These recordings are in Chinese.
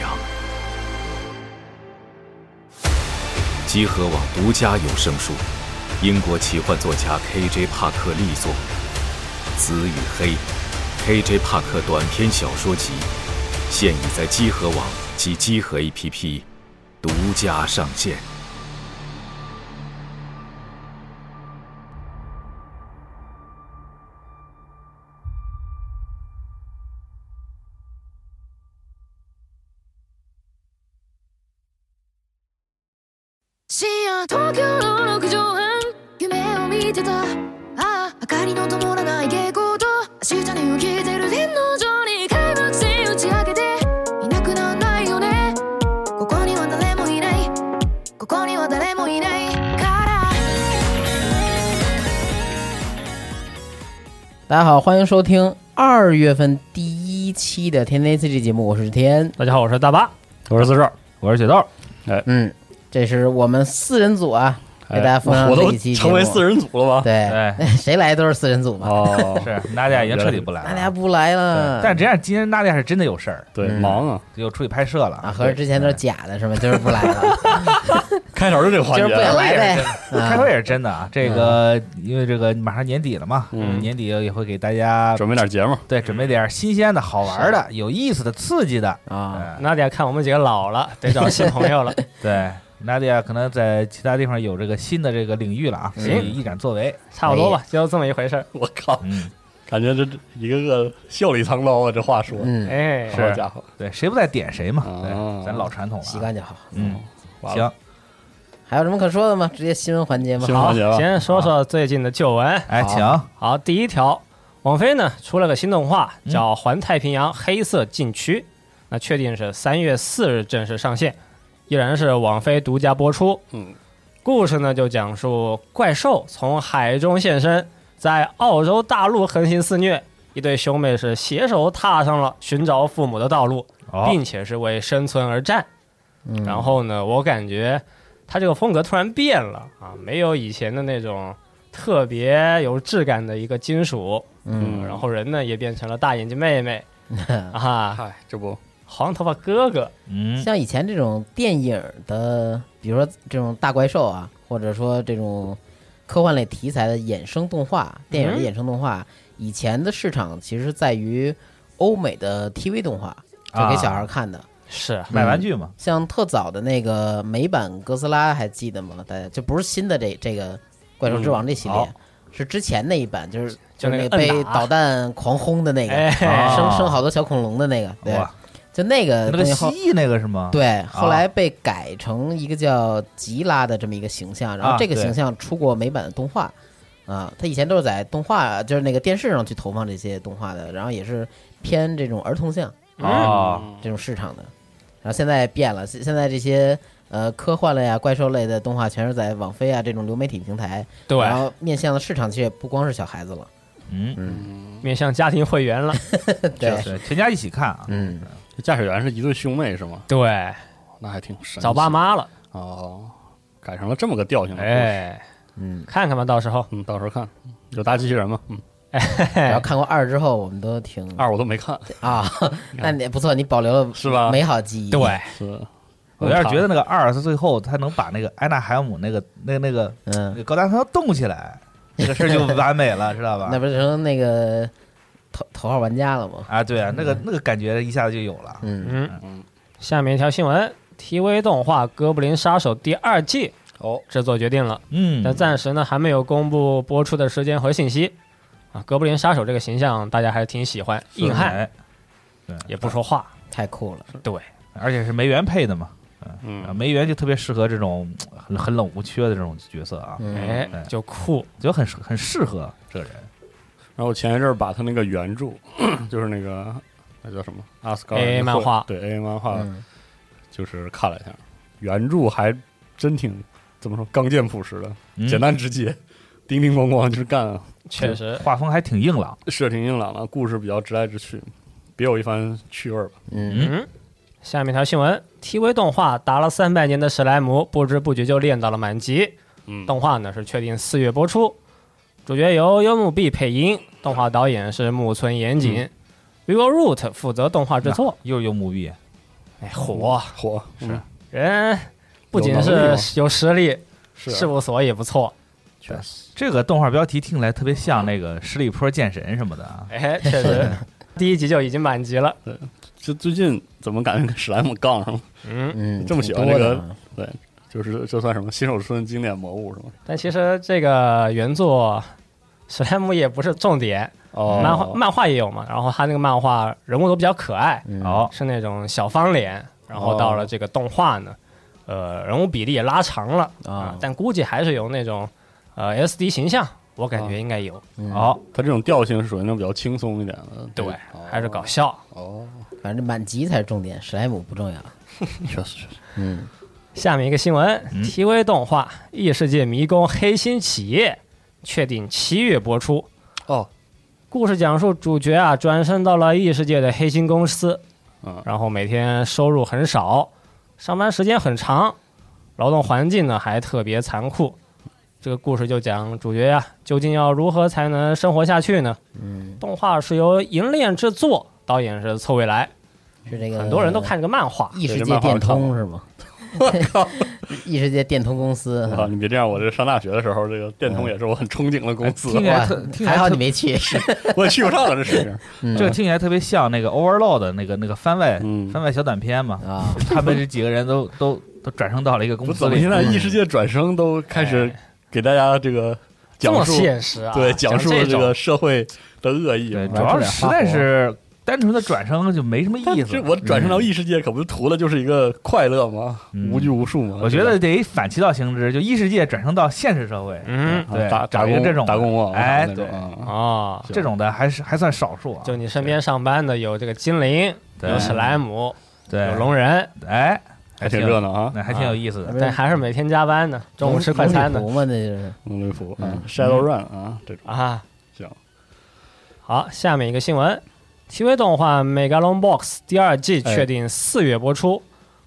洋。集合网独家有声书，英国奇幻作家 K.J. 帕克力作《紫与黑》，K.J. 帕克短篇小说集，现已在集合网及集合 APP 独家上线。深夜東京の6畳半夢を見てたああ明かりの灯らない蛍光灯明日に浮き出る天皇城に開幕戦打ち上げていなくなんないよねここには誰もいないここには誰もいないから大家好，欢迎收听二月份第一期的天天 CG 节目，我是天。大家好，我是大巴，我是四少，我是雪豆。嗯，这是我们四人组啊，给大家奉上哎我这都一期节目。啊成为四人组了吗？对，对， 谁来都是四人组嘛。哦，是娜迪亚已经彻底不来大了家。不来了，但是这样，今天娜迪亚是真的有事儿，对，嗯忙啊，又出去拍摄了啊，合着之前都是假的是吗？就是不来 了，开头就这环就是不节，想啊开头来也呗是。开头也是真的啊。这个嗯因为这个马上年底了嘛，嗯年底也会给大家准备点节目。对准备点新鲜的、好玩的、有意思的、刺激的。啊，嗯娜姐看我们几个老了，得找新朋友了。 对，娜迪亚可能在其他地方有这个新的这个领域了啊，嗯可以一展作为。哎差不多吧，就这么一回事儿。我靠，嗯，感觉这一个个笑里藏刀啊，这话说，嗯，啊哎，好家伙，对，谁不在点谁嘛。哦对，咱老传统习了啊。惯就好。嗯，完了行，还有什么可说的吗？直接新闻环节吗新？闻环节吧。先说说最近的旧闻。哎，好请好，第一条，网飞呢出了个新动画，叫《环太平洋黑色禁区》，那确定是三月四日正式上线，依然是网飞独家播出。嗯，故事呢就讲述怪兽从海中现身，在澳洲大陆横行肆虐。一对兄妹是携手踏上了寻找父母的道路，哦并且是为生存而战。嗯然后呢，我感觉他这个风格突然变了啊，没有以前的那种特别有质感的一个金属，啊嗯，然后人呢也变成了大眼睛妹妹啊，嗨，这不黄头发哥哥，嗯，像以前这种电影的，比如说这种大怪兽啊，或者说这种科幻类题材的衍生动画，电影的衍生动画，以前的市场其实在于欧美的 TV 动画，就给小孩看的。是卖玩具嘛。像特早的那个美版哥斯拉还记得吗？大家就不是新的这这个怪兽之王这系列，嗯好是之前那一版，就是就那那个被摁打导弹狂轰的那个，哎哦生生好多小恐龙的那个，对，哇，就那个那个东西蜥后蜴那个是吗？对，后来被改成一个叫吉拉的这么一个形象，然后啊这个对形象出过美版的动画，啊，他以前都是在动画，就是那个电视上去投放这些动画的，然后也是偏这种儿童向啊，嗯这种市场的，然后现在变了，现现在这些呃科幻类啊、怪兽类的动画全是在网飞啊这种流媒体平台，对，然后面向的市场其实也不光是小孩子了，嗯，面向家庭会员了，对，对，全家一起看啊，嗯，这驾驶员是一对兄妹是吗？对，那还挺神奇。找爸妈了，哦，改成了这么个调性的故事。哎，嗯，看看吧，到时候嗯，到时候看有大机器人吗？嗯，然后看过二之后，我们都挺二我都没看，啊， 那你不错，你保留了是吧美好记忆，对，是。我要是觉得那个二是最后他能把那个安娜海姆那个那个那个嗯那。个高达他动起来，这个事儿 就完美了，知道吧那？不是成那个头头号玩家了吗？啊，对啊，那个那个感觉一下子就有了。嗯，嗯，下面一条新闻， TV 动画《哥布林杀手》第二季哦，制作决定了，嗯，但暂时呢还没有公布播出的时间和信息。啊，哥布林杀手这个形象大家还是挺喜欢，硬汉哎，对，也不说话，太酷了，对，而且是梅园配的嘛，啊，嗯，梅园就特别适合这种呃很很冷无缺的这种角色啊，嗯，哎，就酷，就很适很适合这个人。然后我前一阵儿把他那个原著， 就是那个那叫什么阿斯高 AA 漫画对 A A 漫画，嗯就是看了一下，原著还真挺怎么说，刚健朴实的，嗯简，单直接，叮叮咣咣就是干，确实画风还挺硬朗。是挺硬朗的，故事比较直来直去，别有一番趣味儿吧。嗯，嗯，下面一条新闻：TV 动画打了三百年的史莱姆，不知不觉就练到了满级。嗯动画呢是确定四月播出，主角由幽木碧配音，动画导演是木村严谨、v i v o Root 负责动画制作。又有母币，哎，火火嗯是哎人不仅有能力是吗有实力，是啊事务所也不错。确实，这个动画标题听起来特别像那嗯个十里坡剑神什么的啊。哎，确实， 第一集就已经满级了。就最近怎么感觉跟史莱姆杠上了？嗯，嗯，这么挺喜欢多这个的啊就是这算什么新手村经典魔物是吗？但其实这个原作史莱姆也不是重点，哦漫画漫画也有嘛，然后他那个漫画人物都比较可爱，嗯好，是那种小方脸，然后到了这个动画呢，呃，人物比例也拉长了啊、啊，但估计还是有那种呃 SD 形象，我感觉应该有，嗯好，它这种调性是属于那种比较轻松一点的，对吧，还是搞笑。哦，反正满级才是重点，史莱姆不重要。 确实确实，嗯，下面一个新闻、嗯 t v 动画《异世界迷宫：黑心企业》确定七月播出。哦，故事讲述主角啊转身到了异世界的黑心公司，嗯然后每天收入很少，上班时间很长，劳动环境呢还特别残酷。这个故事就讲主角呀、啊究竟要如何才能生活下去呢？嗯，动画是由银链制作，导演是凑未来，是这个很多人都看这个漫画。异世界电通是 吗？异世界电通公司啊我，啊靠，你别这样，我这上大学的时候，这个电嗯通也是我很憧憬的公司听，起来特听起来还好特你没去。我也去不上了，这是，嗯这个听起来特别像那个 Overload 的那个那个番外嗯番外小短片嘛。啊，他们这几个人都都都转生到了一个 公我司怎么里嗯哎现，在异世界转生都开始给大家这个这么讲述，现实啊！对，讲述这这种个社会的恶意。对，主玩出要点实花在活是单纯的转生就没什么啊但意思这。我转生到异世界，可不是图的就是一个快乐吗？嗯无拘无束吗？我觉得得反其道行之，就异世界转生到现实社会，嗯啊对打找打一个工这种打工啊，哎那种对啊啊，这种的还是还算少数啊。就你身边上班的有这个精灵，对有史莱姆，对有龙人，哎，还挺热闹啊。那还挺有意思的。但还是每天加班呢，中午吃快餐呢龙女仆嘛，那就是龙雷服嗯啊，Shadow Run 啊，这种啊。行，好，下面一个新闻，TV 动画《Megalon Box》第二季确定四月播出。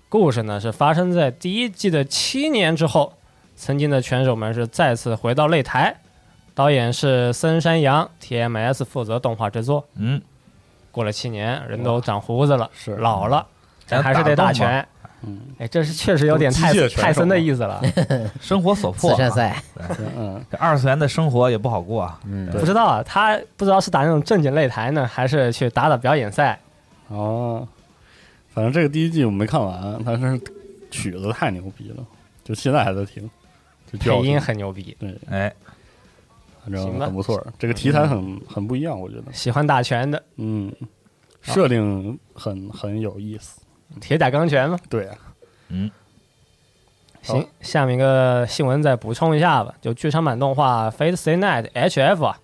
故事呢是发生在第一季的七年之后，曾经的拳手们是再次回到擂台。导演是森山洋，TMS 负责动画制作。嗯，过了七年，人都长胡子了，是老了，咱嗯咱还是得打打动嘛拳。嗯哎，这是确实有点泰机械拳手泰森的意思 了，生活所迫慈啊，善赛，嗯，这二次元的生活也不好过啊。嗯，不知道啊他不知道是打那种正经擂台呢，还是去打打表演赛。哦，反正这个第一季我没看完，但是曲子太牛逼了，就现在还在听，就觉配得好听音很牛逼，哎，反行正吧很不错。这个题材很很不一样，我觉得，喜欢打拳的嗯，设定很很有意思。铁甲钢拳嘛。对啊，嗯，行，下面一个新闻再补充一下吧，就剧场版动画《Fate Stay Night HF》啊，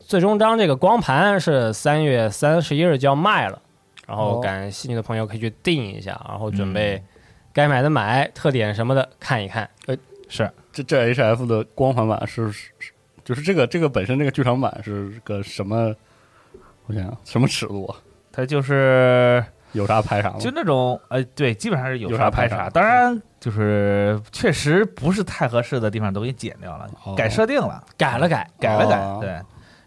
最终章这个光盘是三月三十一日就要卖了，然后哦感兴趣的朋友可以去订一下，然后准备该买的买，特点什么的看一看。是这这 H F 的光环版是是就是这个这个本身这个剧场版是个什么？我想想，什么尺度啊？它就是有啥拍啥吗？就那种呃，对，基本上是有有啥啥拍拍啥啥。当然，就是确实不是太合适的地方都给你剪掉了，哦改设定了，改了改，改了改。哦对，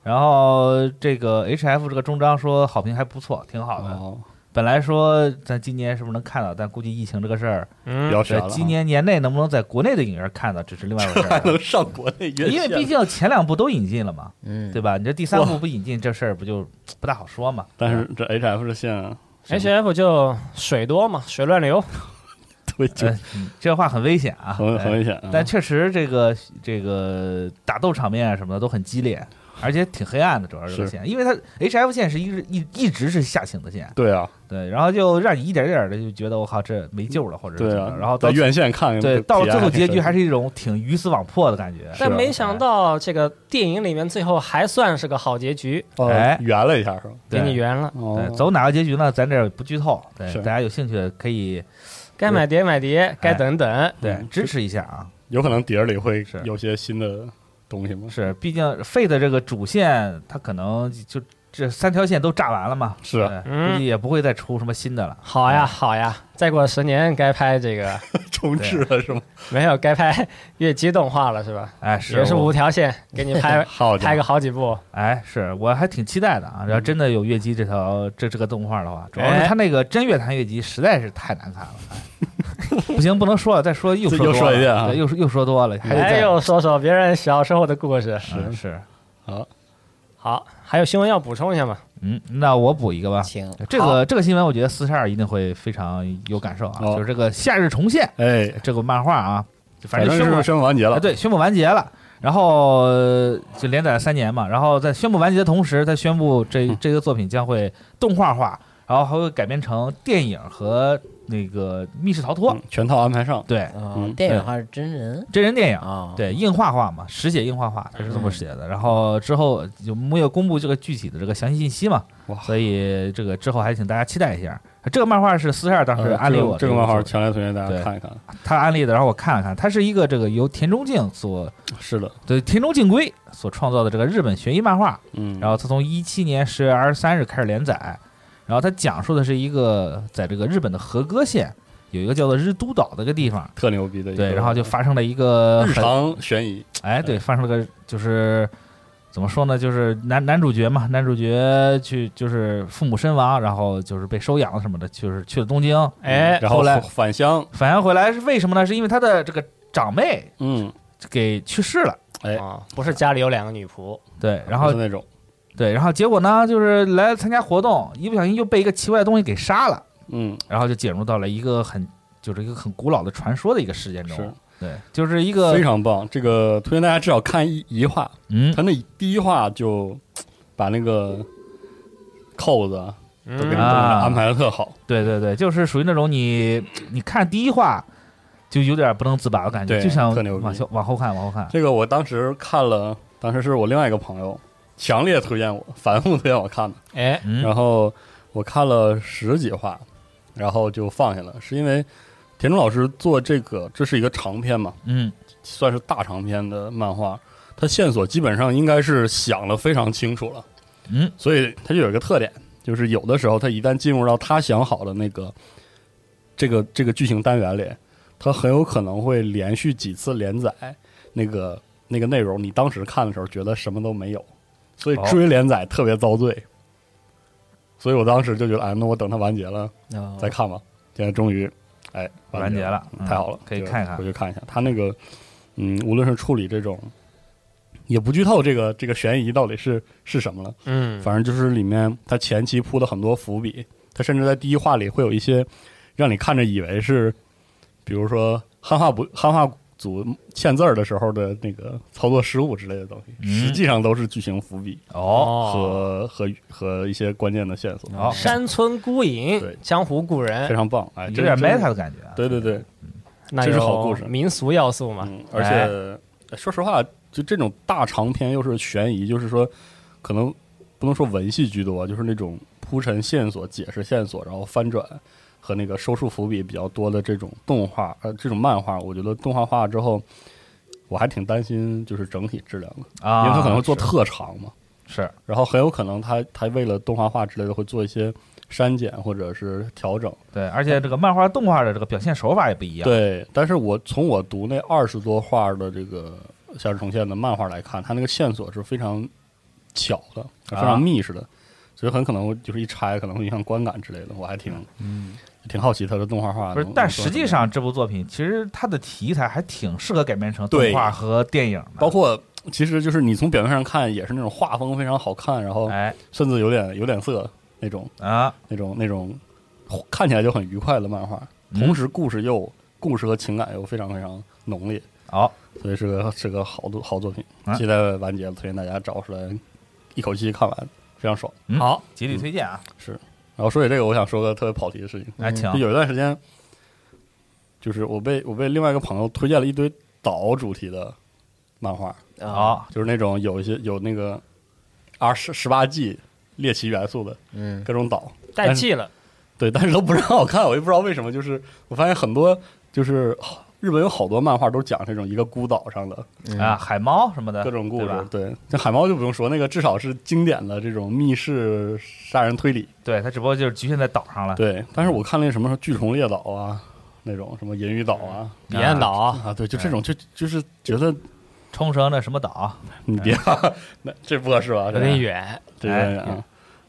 然后这个 H F 这个终章说好评还不错，挺好的。哦，本来说咱今年是不是能看到，但估计疫情这个事儿，比嗯，较悬对了啊。今年年内能不能在国内的影院看到，这是另外一回事 还儿。能上国内院线，因为毕竟前两部都引进了嘛，嗯，对吧？你这第三哇部不引进，这事儿不就不大好说嘛？啊但是这 H F 的线 HF 就水多嘛，水乱流，会觉得呃这话很危险啊，很哎很危险啊。但确实这个这个打斗场面啊什么的都很激烈，而且挺黑暗的，主要是这个是线，因为它 H F 线是一直一一直是下行的线，对啊，对，然后就让你一点点的就觉得我靠这没救了，或者是对怎么啊着，然后到在院线看，对到最后结局还是是一种挺鱼死网破的感觉，但是啊没想到这个电影里面最后还算是个好结局，哎呃圆了一下是吧？给你对圆了。哦对，，走哪个结局呢？咱这儿不剧透，对，是大家有兴趣可以该买碟买碟，该等等。对嗯支持一下啊。有可能碟儿里会是有些新的东西吗？是，毕竟废的这个主线，它可能就这三条线都炸完了嘛，是啊对嗯估计也不会再出什么新的了。好呀，好呀，再过十年该拍这个重置了是吗？没有，该拍越激动化了是吧？哎，是也是我五条线，给你 拍好家拍伙，个好几部。哎，是我还挺期待的啊。要嗯真的有月姬这条这这个动画的话，主要哎是它那个真乐坛月姬实在是太难看了。 哎不行，不能说了，再说又这说多又说了一遍啊对又说又说多了，还得哎再呦，说说别人小时候的故事。嗯是好，好，还有新闻要补充一下吗？嗯，那我补一个吧。请这个这个新闻，我觉得四十二一定会非常有感受啊，哦就是这个《夏日重现》哎，这个漫画啊，反正正宣布是生完结啊，了，对，宣布完结了，然后呃就连载了三年嘛，然后在宣布完结的同时，他宣布这嗯这个作品将会动画化，然后还会改编成电影和那个密室逃脱，嗯，全套安排上，对，啊嗯，电影对还是真人真人电影。啊？，对，硬化化嘛，实写硬化化，它是这么写嗯的。然后之后就没有公布这个具体的这个详细信息嘛，哇所以这个之后还请大家期待一下。这个漫画啊是四十二当时呃安利这个我的这个一漫画，作品强烈推荐大对家看一啊看。他安利的，然后我看了看，它是一个这个由田中静所是的，对田中敬规所创造的这个日本悬疑漫画，嗯，然后他从一七年十月二十三日开始连载，然后他讲述的是一个在这个日本的和歌县有一个叫做日都岛的一个地方，特牛逼的一个，嗯对，然后就发生了一个日很常悬疑，哎，对，发生了个就是怎么说呢，就是男男主角嘛，男主角去就是父母身亡，然后就是被收养了什么的，就是去了东京，哎，嗯然后后来返乡，返乡回来是为什么呢？是因为他的这个长辈嗯，给去世了。哎啊，不是家里有两个女仆，对，然不后是那种，对，然后结果呢，就是来参加活动，一不小心就被一个奇怪的东西给杀了，嗯，然后就进入到了一个很就是一个很古老的传说的一个事件中是。对，就是一个非常棒。这个推荐大家至少看一一话，嗯他那第一话就把那个扣子啊嗯都给你啊安排的特好，对对对，就是属于那种你你看第一话就有点不能自拔的感觉，对就想特牛逼往后往后看，往后看。这个我当时看了，当时是我另外一个朋友强烈推荐我， 反复推荐我看的。哎，嗯，然后我看了十几话，然后就放下了，是因为田中老师做这个，这是一个长篇嘛，嗯，算是大长篇的漫画，它线索基本上应该是想的非常清楚了。嗯，所以它就有一个特点，就是有的时候它一旦进入到他想好的那个这个这个剧情单元里，它很有可能会连续几次连载那个那个内容，你当时看的时候觉得什么都没有，所以哦追连载特别遭罪。所以我当时就觉得，哎，那我等它完结了哦再看吧。现在终于，哎，完结结了，嗯太好了，可以就看一看回。去看一下。他那个，嗯，无论是处理这种，也不剧透这个这个悬疑到底是是什么了，嗯，反正就是里面他前期铺的很多伏笔，他甚至在第一话里会有一些让你看着以为是，比如说汉化不汉化组嵌字儿的时候的那个操作失误之类的东西，嗯实际上都是剧情伏笔哦，和、和和一些关键的线索，好，山村孤对影，江湖故非人，常棒，哎，有点真 meta 的感觉啊。对对对，那这有是好故事民俗要素嘛？嗯，而且、哎说实话，就这种大长篇又是悬疑，就是说可能不能说文戏居多，就是那种铺陈线索、解释线索，然后翻转和那个收束伏笔比较多的这种动画，呃，这种漫画，我觉得动画化之后。我还挺担心，就是整体质量的，因啊，为它可能会做是特长嘛，是然后很有可能它它为了动画化之类的会做一些删减或者是调整，对，而且这个漫画动画的这个表现手法也不一样。对，但是我从我读那二十多画的这个《夏日重现》的漫画来看，它那个线索是非常巧的，非啊常密实的，所以很可能就是一拆可能会影响观感之类的。我还挺嗯，挺好奇它的动画化能。不是，能但做实成际什么样，上这部作品其实它的题材还挺适合改编成对动画和电影的，包括其实就是你从表面上看也是那种画风非常好看，然后哎甚至有点有点色那种啊，那种那种看起来就很愉快的漫画，嗯同时故事又故事和情感又非常非常浓烈，嗯好，所以是个是个好作好作品啊，期待完结，推荐大家找出来一口气看完，非常爽。嗯好，极力推荐啊！然后说起这个，我想说个特别跑题的事情，嗯来，请啊就有一段时间，就是我被我被另外一个朋友推荐了一堆岛主题的漫画，啊，好，就是那种有一些有那个二十十八 G 猎奇元素的嗯，各种岛，带气了，对，但是都不是很好看，我也不知道为什么。就是我发现很多就是哦日本有好多漫画都讲这种一个孤岛上的嗯啊，海猫什么的各种故对事吧，对，这海猫就不用说，那个至少是经典的这种密室杀人推理，对，它只不过就是局限在岛上了。对。但是我看那什么巨虫列岛啊，那种什么银鱼岛啊彼岸岛啊，啊，对，就这种就就是觉得冲绳的什么岛？你别 那这波是吧？有点远，这个哎啊，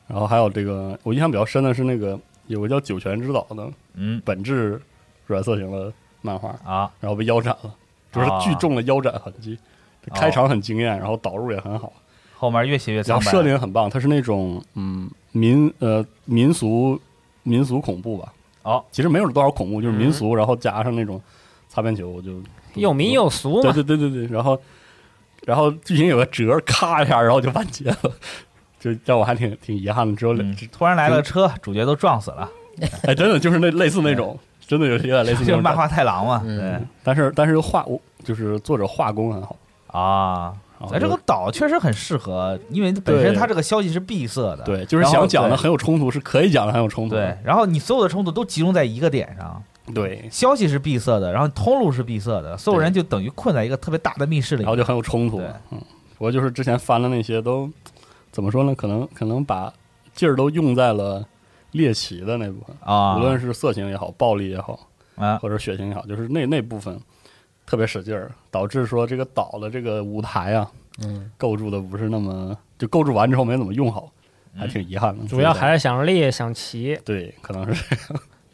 然后还有这个，我印象比较深的是那个有个叫《九泉之岛》的嗯本质软色情的漫画，啊，然后被腰斩了，就是啊剧中的腰斩痕迹。这开场很惊艳，然后导入也很好，后面越写越然苍后设白定也很棒。它是那种嗯民呃民俗民俗恐怖吧？哦，嗯其实没有多少恐怖，就是民俗，然后加上那种擦边球，就又民啊又俗对嘛，对对对对，然后然后剧情有个折，咔一下，然后就完结了， 就让我还挺挺遗憾的。只有两嗯，突然来了个车，主角都撞死了，哎，真的就是那类似那 种，真的有有点类似那就是种感漫觉。画太郎嘛。嗯对但是但是画我就是作者画工很好，啊，然后哎，这就个岛确实很适合，因为本身对它这个消息是闭塞的，对，就是然后想讲的对很有冲突，是可以讲的很有冲突对的。，然后你所有的冲突都集中在一个点上，对，消息是闭塞的，然后通路是闭塞的，所有人就等于困在一个特别大的密室里然后。就很有冲突对。嗯，不过就是之前翻的那些都怎么说呢？可能可能把劲儿都用在了猎奇的那部分，啊，无论是色情也好，暴力也好，啊，或者血腥也好，就是那那部分特别使劲儿，导致说这个岛的这个舞台啊，嗯，构筑的不是那么就构筑完之后没怎么用好，嗯还挺遗憾的。主要所以还是想猎想骑，对，可能是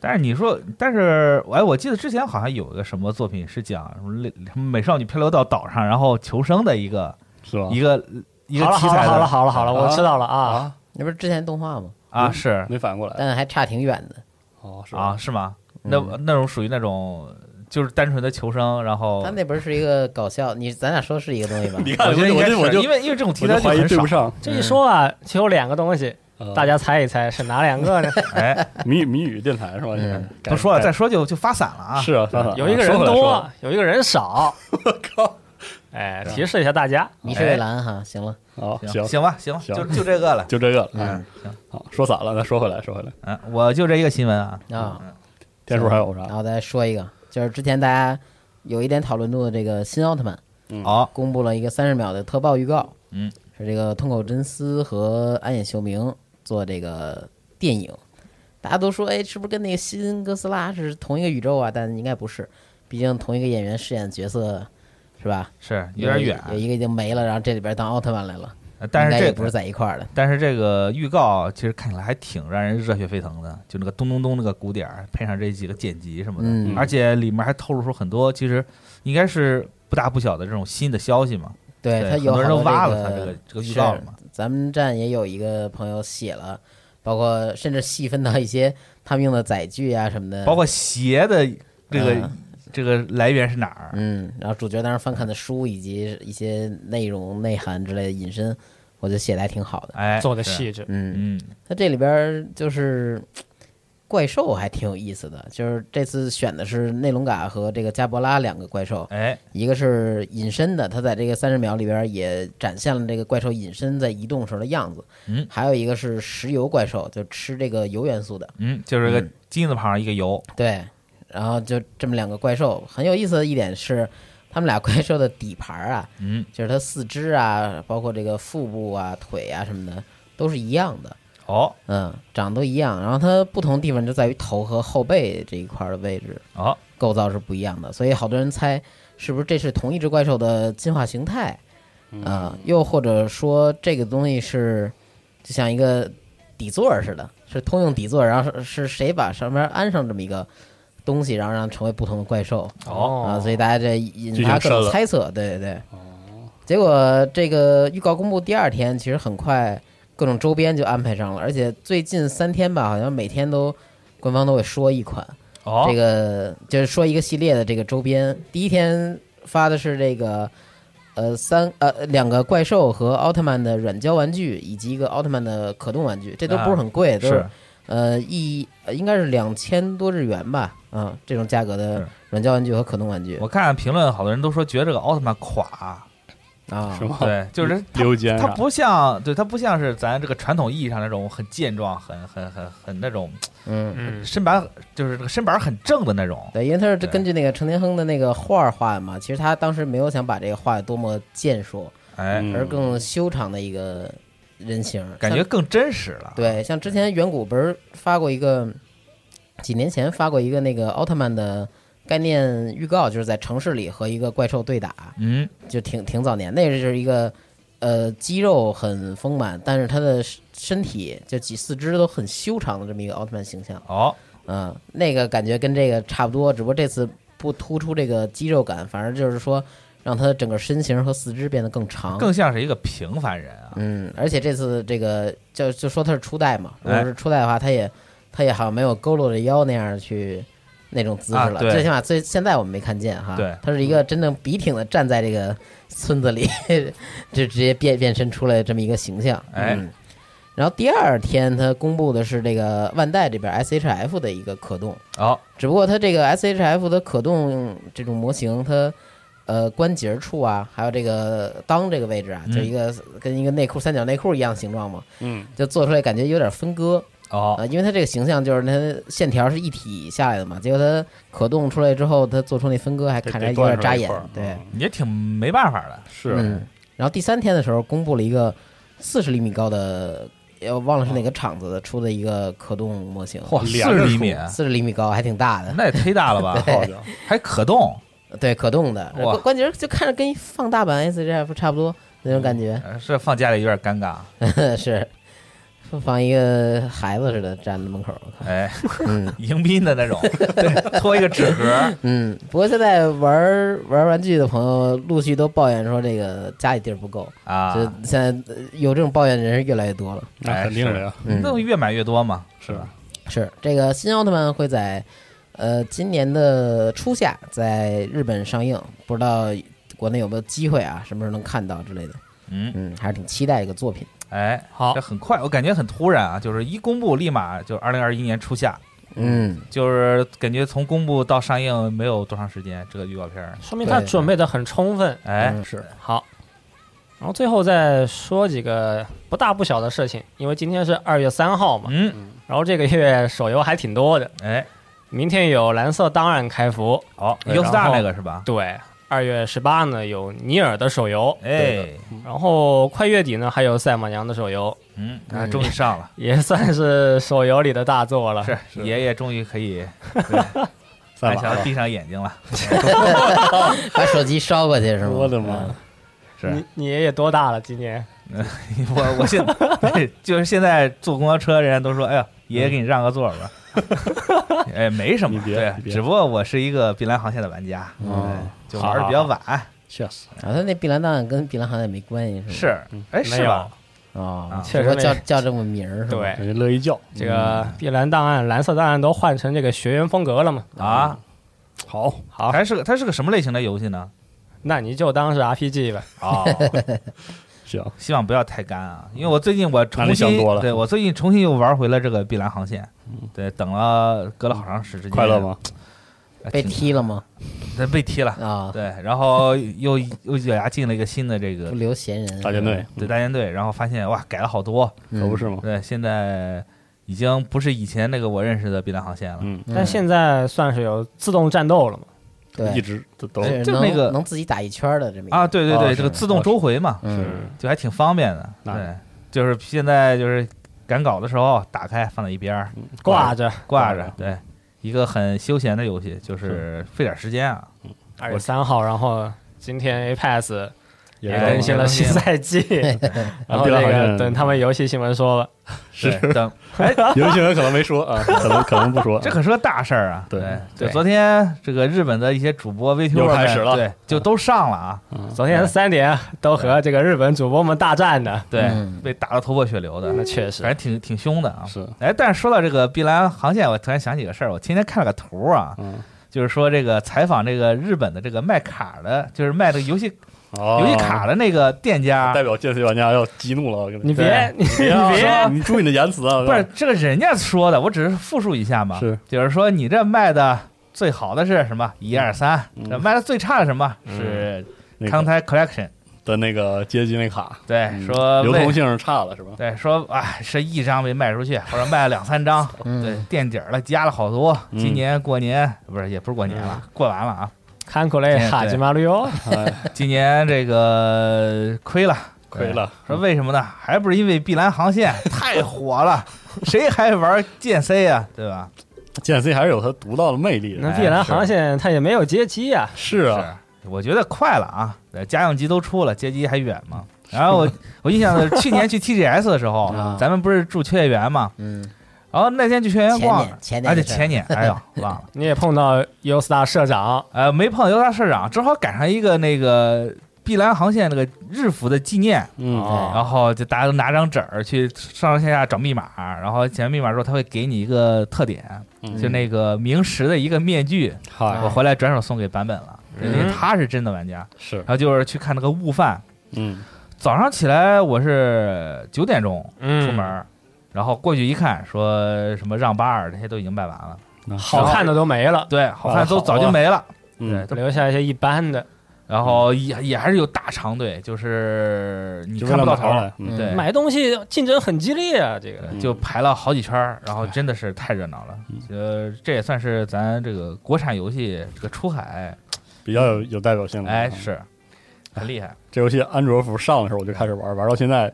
但是你说，但是哎，我记得之前好像有一个什么作品是讲什么类什么美少女漂流到岛上，然后求生的一个是吧？一个一个好了题好了材好了的好了好了，我啊知道了啊，啊，那不是之前动画吗？啊，是没反应过来但还差挺远的。哦，嗯是吧嗯啊，？是吗？那那种属于那种就是单纯的求生，然后他那不是一个搞笑，你咱俩说是一个东西 吧？你看，我觉得应该我就我是就因为因为这种题我材就怀疑很对少不，上这一说啊，就有两个东西，呃大家猜一猜是哪两 个呢？ 哎，谜语谜语电台是吧？现在改不说了，改再说就就发散了啊。是啊，算了有一个人多，有一个人少。我靠！哎，提示一下大家，你哎是蔚蓝哈，行了，好，行行，行吧，行吧，行就就这个了。就这个了。嗯嗯，，行，好，说散了，那说回来，说回来，嗯，我就这一个新闻啊，啊，天叔还有然啥？后再说一个，就是之前大家有一点讨论度的这个新奥特曼，嗯好，公布了一个三十秒的特报预告，嗯，是这个通口真司和安野秀明做这个电影，大家都说，哎，是不是跟那个新哥斯拉是同一个宇宙啊？但应该不是，毕竟同一个演员饰演角色，是吧？是有点远，有一个已经没了，然后这里边当奥特曼来了，但应是该这也不是在一块儿的，但是这个预告其实看起来还挺让人热血沸腾的，就那个咚咚咚那个鼓点儿，配上这几个剪辑什么的，嗯而且里面还透露出很多其实应该是不大不小的这种新的消息嘛。对对他有很多人好都多挖这了他这个个这个预告了是嘛。咱们站也有一个朋友写了，包括甚至细分到一些他们用的载具啊什么的，包括鞋的这个、嗯这个来源是哪儿？嗯，然后主角当时翻看的书以及一些内容内涵之类的引申，我觉得写的还挺好的。哎，做的是，细致。嗯，嗯它这里边儿就是怪兽还挺有意思的，就是这次选的是内龙嘎和这个加博拉两个怪兽，哎一个是隐身的，它在这个三十秒里边也展现了这个怪兽隐身在移动时候的样子。嗯还有一个是石油怪兽，就吃这个铀元素的。嗯，就是个金字旁一个油，对，然后就这么两个怪兽，很有意思的一点是，他们俩怪兽的底盘儿啊，嗯，就是它四肢啊，包括这个腹部啊、腿啊什么的，都是一样的，哦嗯，长得都一样。然后它不同地方就在于头和后背这一块儿的位置哦构造是不一样的，所以好多人猜是不是这是同一只怪兽的进化形态嗯啊、又或者说这个东西是就像一个底座儿似的，是通用底座儿，然后是是谁把上面安上这么一个东西，然后让它成为不同的怪兽。哦啊，所以大家这引发各种猜测，对对对。哦。结果这个预告公布第二天，其实很快各种周边就安排上了，而且最近三天吧，好像每天都官方都会说一款，哦哦，这个就是说一个系列的这个周边，第一天发的是这个呃三呃两个怪兽和奥特曼的软胶玩具，以及一个奥特曼的可动玩具，这都不是很贵，都是呃一呃应该是两千多日元吧，啊、这种价格的是软胶玩具和可动玩具我看评论，好多人都说觉得这个奥特曼垮，啊是，吗？ 对，就是它溜肩它啥不像，对它不像是咱这个传统意义上那种很健壮、很很很很那种嗯。嗯，身板，就是这个身板很正的那种。对，因为他是对根据那个程天亨的那个画儿画的嘛，其实他当时没有想把这个画得多么健硕，哎，嗯而更修长的一个人形儿，感觉像更真实了。，对，像之前远古不是发过一个，几年前发过一个那个奥特曼的概念预告，就是在城市里和一个怪兽对打，嗯，就挺挺早年，那个就是一个呃肌肉很丰满，但是他的身身体就几四肢都很修长的这么一个奥特曼形象，哦，嗯，那个感觉跟这个差不多，只不过这次不突出这个肌肉感，反而就是说让他整个身形和四肢变得更长，更像是一个平凡人啊。嗯，而且这次这个就就说他是初代嘛，如果哎是初代的话，他也他也好像没有佝偻着腰那样去那种姿势啊了，对最起码最现在我们没看见哈。对他是一个真正笔挺的站在这个村子里， 就直接变变身出来这么一个形象。哎嗯，然后第二天他公布的是这个万代这边 SHF 的一个可动，哦，只不过它这个 SHF 的可动这种模型，它呃关节处啊，还有这个裆这个位置啊，嗯就一个跟一个内裤三角内裤一样形状嘛，嗯，就做出来感觉有点分割啊、哦，因为它这个形象就是它线条是一体下来的嘛，结果它可动出来之后，它做出那分割还得看着得有点断扎上一眼块儿，对，嗯也挺没办法的。是嗯。然后第三天的时候，公布了一个四十厘米高的，呃我忘了是哪个厂子的出的一个可动模型，嚯，连四着十厘米，四十厘米高还挺大的，那也忒大了吧？好家伙还可动，对，可动的哇呃关关节就看着跟一放大版 SGF 差不多那种感觉，呃这放家里有点尴尬。嗯 是放一个孩子似的站在门口。我靠哎， 嗯迎宾的那种，对，拖一个纸盒。 嗯，不过现在玩玩玩具的朋友陆续都抱怨说这个家里地儿不够，啊，就现在呃有这种抱怨的人越来越多了。那哎肯定的呀，嗯，那越买越多嘛，是吧？是这个新奥特曼会在呃今年的初夏在日本上映，不知道国内有没有机会啊，什么时候能看到之类的。嗯，嗯，还是挺期待这个作品。哎，好这，很快，我感觉很突然啊，就是一公布立马就二零二一年初夏，嗯。就是感觉从公布到上映没有多长时间，这个预告片儿，说明他准备的很充分。哎，嗯是好，然后最后再说几个不大不小的事情，因为今天是二月三号嘛，嗯，然后这个月手游还挺多的，哎，明天有蓝色档案开服，好哎对，U 然 Star 后那个是吧？对，二月十八呢有尼尔的手游，哎，然后快月底呢还有赛马娘的手游，嗯，嗯哎啊，终于 上了，也算是手游里的大作了。是是爷爷终于可以赛安马详 了，啊闭上眼睛了，把手机捎过去是吗？我的妈！是你你爷爷多大了？今年？我 我现就是现在坐公交车，人家都说，哎呀，爷爷给你让个座儿吧。 哎，没什么，你别你对，别只不过我是一个碧蓝航线的玩家，嗯，就玩的比较晚，确实，啊，他那碧蓝档案跟碧蓝航线没关系是吗？是，嗯哎，没是有吧？哦啊，只不过确实叫没叫这么名儿是吧？对，人家乐意叫哎这个碧蓝档案、蓝色档案都换成这个学员风格了嘛？啊，好，好还是个它是个什么类型的游戏呢？那你就当是 RPG 吧。哦，行，希望不要太干啊，因为我最近我那重你想新多了嗯对我最近重新又玩回了这个《碧蓝航线》，对，等了隔了好长时间，快乐吗？呃？被挺踢了吗？对，被踢了，啊，对，然后又又咬牙进了一个新的这不个留闲人。大舰队，对大舰队，然后发现哇改了好多，嗯可不，是吗？对，现在已经不是以前那个我认识的《碧蓝航线》了，嗯，嗯但现在算是有自动战斗了嘛？一对，嗯直都都是就能那个能自己打一圈儿的这么一个啊，，对对对，哦这个是自动哦周回嘛，嗯，是就还挺方便的，那对，就是现在就是赶稿的时候打开放在一边儿。挂着挂挂着着，对，一个很休闲的游戏，就是费点时间啊。二月三号，然后今天 Apex 也哎是更新了新赛季，然后这好个像等他们游戏新闻说了，是对 等游戏新闻可能没说啊，可能可能不说。这可是个大事儿啊！对就对昨天这个日本的一些主播 VTuber 又们开始了对，就都上了啊，嗯昨天三点都和这个日本主播们大战的，对嗯，被打得头破血流的，那确反实正挺挺凶的啊。是，哎，但是说到这个碧蓝航线，我突然想起个事儿，我今天看了个图啊，嗯，就是说这个采访这个日本的这个卖卡的，就是卖这个游戏哦游戏卡的那个店家代，表 GC 玩家要激怒了，我跟你别对你 别啊别你注意你的言辞啊！不是这个人家说的，我只是复述一下嘛，是就是说你这卖的最好的是什么？一二三，嗯这卖的最差的什么？是那 c o n 个 t a c Collection。的那个街机那卡，对，嗯说流为通性差了是吧？对，说哎，是一张没卖出去，或者卖了两三张，嗯对，垫底儿了，加了好多。嗯今年过年不是，也不是过年了，过完了啊。看口类哈吉马路哟，哎，今年这个亏了，亏了。嗯说为什么呢？还不是因为碧蓝航线太 火了，谁还玩剑 C 啊？对吧？ GC 还是有它独到的魅力那的。哎碧蓝航线它也没有街机啊，是啊，是，我觉得快了啊，对家用机都出了，街机还远吗？然 后我我印象的是去年去 TGS 的时候啊，咱们不是住秋叶原嘛，嗯，然后那天去秋叶原前逛年，前年而且的事儿前年，哎呦忘了。你也碰到 U Star 社长，呃，没碰到尤大社长，正好赶上一个那个碧蓝航线那个日服的纪念，嗯，哦然后就大家都拿张纸儿去上上下下找密码，然后填完密码之后，他会给你一个特点，嗯就那个明石的一个面具，嗨哦我回来转手送给版本了，嗯因为他是真的玩家。是然，后就是去看那个悟饭，嗯，早上起来我是九点钟嗯出门儿，然后过去一看，说什么让巴尔那些都已经卖完了，好看的都没了，对，好看都好早啊就没了，对，嗯，都留下一些一般的，然后也也还是有大长队，就是你就看为不了买到头回儿，来，嗯，对，买东西竞争很激烈啊，这个嗯就排了好几圈儿，然后哎真的是太热闹了。呃，这也算是咱这个国产游戏这个出海，比较有有代表性的。哎，嗯是很厉害。这游戏安卓服上的时候我就开始玩，玩到现在，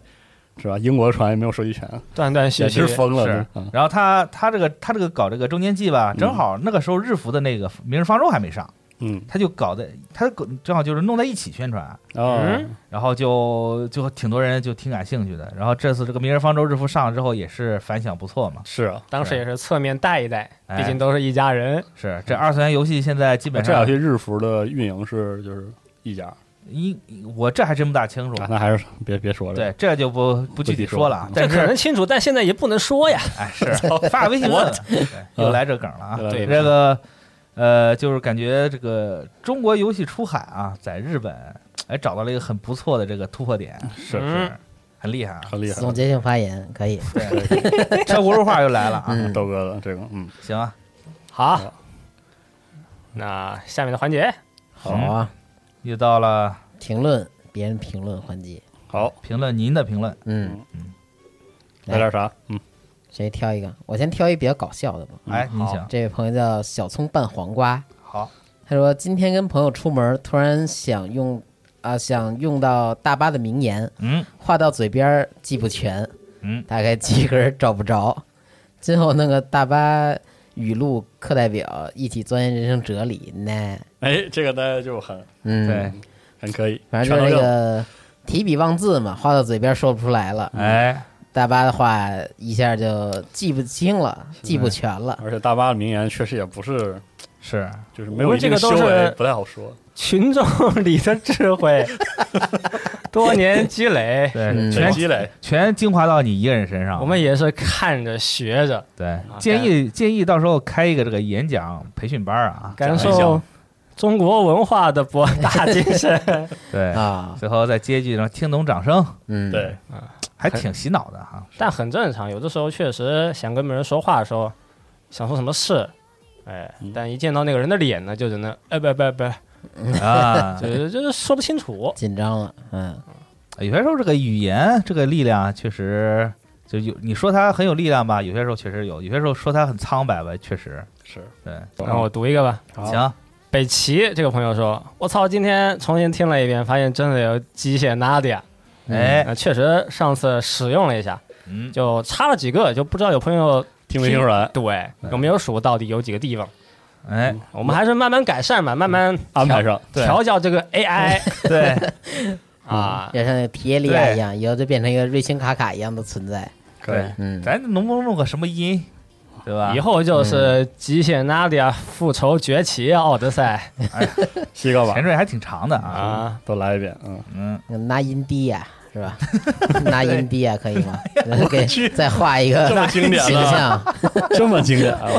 是吧？英国船也没有授权，断断续简续直，疯了。是嗯然后他他这个他这个搞这个中间季吧，正好那个时候日服的那个《明日方舟》还没上，嗯，他就搞的他搞正好就是弄在一起宣传，哦，嗯然后就就挺多人就挺感兴趣的。然后这次这个《明日方舟》日服上了之后，也是反响不错嘛。是啊，当时也是侧面带一带，哎毕竟都是一家人，是这二次元游戏现在基那本啊这上两些日服的运营是就是一家，一我这还真不大清楚啊。那还是别别说了。对，这就不不具体说了啊。这但可能是，清楚，但现在也不能说呀。哎，是发微信问问，对又来这梗了啊。对这个，呃，就是感觉这个中国游戏出海啊，在日本，哎，找到了一个很不错的这个突破点，是嗯是很厉害啊。哎很厉害，嗯总结性发言可以，车轱辘话又来了啊。嗯，豆哥的这个，嗯，行啊，好，那下面的环节，好啊，又到了评论别人评论环节，好，评论您的评论，嗯，来点啥？嗯，谁挑一个？我先挑一比较搞笑的吧。哎，您请。这位朋友叫小葱拌黄瓜，好，他说今天跟朋友出门，突然想用啊、想用到大巴的名言，嗯，话到嘴边儿记不全，嗯大概几个人找不着。今后弄个大巴语录课代表，一起钻研人生哲理呢。哎，这个大家就很嗯，对，很可以，反正就是这全都用个提笔忘字嘛，话到嘴边说不出来了。哎，大巴的话一下就记不清了，记不全了。而且大巴的名言确实也不是，是就是没有一我们这定个修都是为，不太好说。群众 里的智慧， 多年积累，对，嗯全全积累，全精华到你一个人身上。我们也是看着学着，对，建议建议到时候开一个这个演讲培训班儿啊，感讲一受讲中国文化的博大精 深。对，啊，最后再接一句，然后听懂掌声，嗯，对，还挺洗脑的哈。但很正常，有的时候确实想跟别人说话的时候，想说什么事，哎，嗯但一见到那个人的脸呢，就只能哎不不不，啊， 就是就是说不清哦楚。紧张了，嗯，有些时候这个语言这个力量确实就有，你说它很有力量吧，有些时候确实有，有些时候说它很苍白吧，确实是对。然后我读一个吧，好行，北齐这个朋友说：“我操，今天重新听了一遍，发现真的有机械 Nadia。嗯哎，那确实上次使用了一下，嗯，就插了几个，就不知道有朋友听没听出来？嗯对有没有数到底有几个地方。哎，嗯我们还是慢慢改善吧，慢慢安排上，对调教这个 AI。对，啊，就像那个提耶利亚一样，以后就变成一个瑞星卡卡一样的存在。可以，嗯，咱能不能弄个什么音，对吧？以后就是极限娜迪亚复仇崛起啊奥德赛西个吧前，缀还挺长的啊，啊，都来一遍，嗯，嗯，拿银滴呀，是吧？ 拿银滴呀，可以吗？哎 给再画一这个么经典形的，象，这么经典 啊，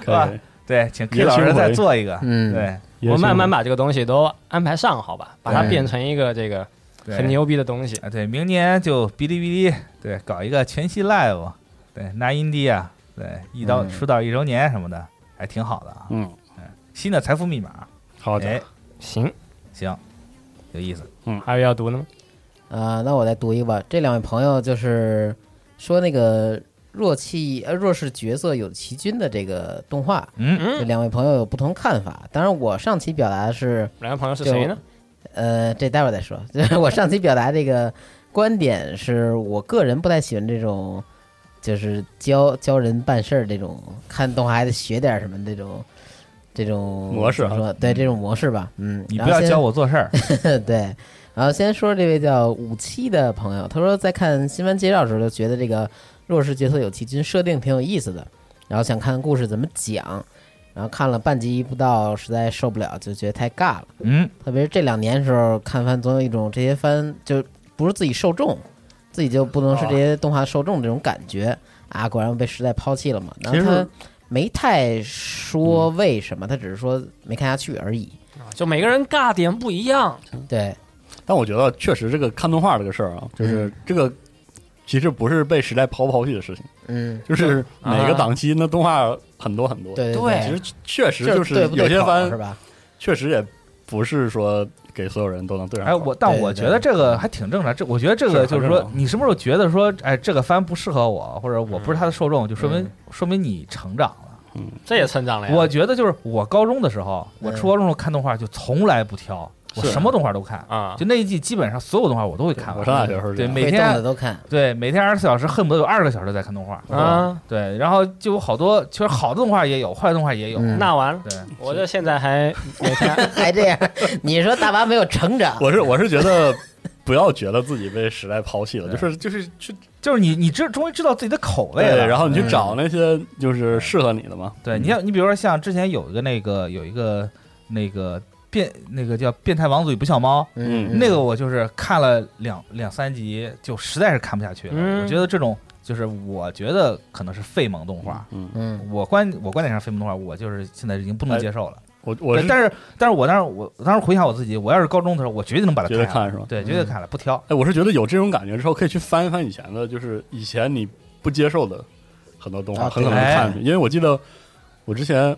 可以，对，请 K 也老师挺再回做一个，嗯对我慢慢把把这个东西都安排上，好吧，把它对变成一个这个对，很牛逼的东西。啊！对，明年就哔哩哔哩，对，搞一个全息 live，对，拿印第啊，对，一刀嗯出道一周年什么的，还挺好的啊。嗯，新的财富密码，好的哎，，行，行，有意思。还有要读的吗？啊，那我再读一个吧。这两位朋友就是说那个弱气呃弱势角色有其君的这个动画，嗯，这嗯，两位朋友有不同看法。当然，我上期表达的是，两个朋友是谁呢？呃，这待会儿再说。 就是我上期表达这个观点是我个人不太喜欢这种，就是教教人办事儿这种，看动画还得学点儿什么这种。这种模式啊怎么说对这种模式吧，嗯，你然不后要先教我做事儿。 对，然后先说这位叫五七的朋友，他说在看新闻介绍的时候就觉得这个弱势角色有其君设定挺有意思的，然后想看故事怎么讲，然后看了半集不到，实在受不了，就觉得太尬了。嗯，特别是这两年的时候看番，总有一种这些番就不是自己受众，自己就不能是这些动画受众这种感觉啊，果然被时代抛弃了嘛。然后其实嗯他没太说为什么，他只是说没看下去而已。就每个人尬点不一样，对，但我觉得确实这个看动画这个事儿啊，就是这个其实不是被时代抛不抛弃的事情，嗯，就是每啊个档期那动画很多很多，对对对其实确实就就是对是不有对些口番是吧？确实也不是说给所有人都能对上口。哎，我但对我对觉得这个还挺正常。这我觉得这是个很就是正说，常你什么时候觉得说，哎，这个番不适合我，或者我不是他的受众，就说明嗯说明你成长了。这也成长了呀。我觉得就是我高中的时候，我嗯初高中的时候看动画就从来不挑，我是什么动画都看。啊，就那一季，基本上所有动画我都会看完。我上大学时候对这样每会天动的都 看，对每天二十四小时，恨不得有二十个小时在看动画。啊，对，然后就有好多，其实好的动画也有，坏的动画也有。嗯那完了，对，我这现在还每天还这 样，你说大巴没有成长？我是我是觉得不要觉得自己被时代抛弃了，就对是就是去就是你，你知终于知道自己的口味了。对，然后你去嗯找那些就是适合你的嘛。嗯对你像你比如说像之前有一个那个有一个那个变那个叫《变态王子与不笑猫》，嗯，嗯那个我就是看了两两三集，就实在是看不下去了。嗯我觉得这种就是我觉得可能是废萌动画。嗯，嗯，我观我观点上，废萌动画我就是现在已经不能接受了。我哎我对是但是但是我当时我我当时回想我自己，我要是高中的时候，我绝对能把它觉得看完，看是吧？对，绝对看了，不挑。哎，我是觉得有这种感觉之后，可以去翻一翻以前的，就是以前你不接受的很多动画，啊很可能对看去，因为我记得我之前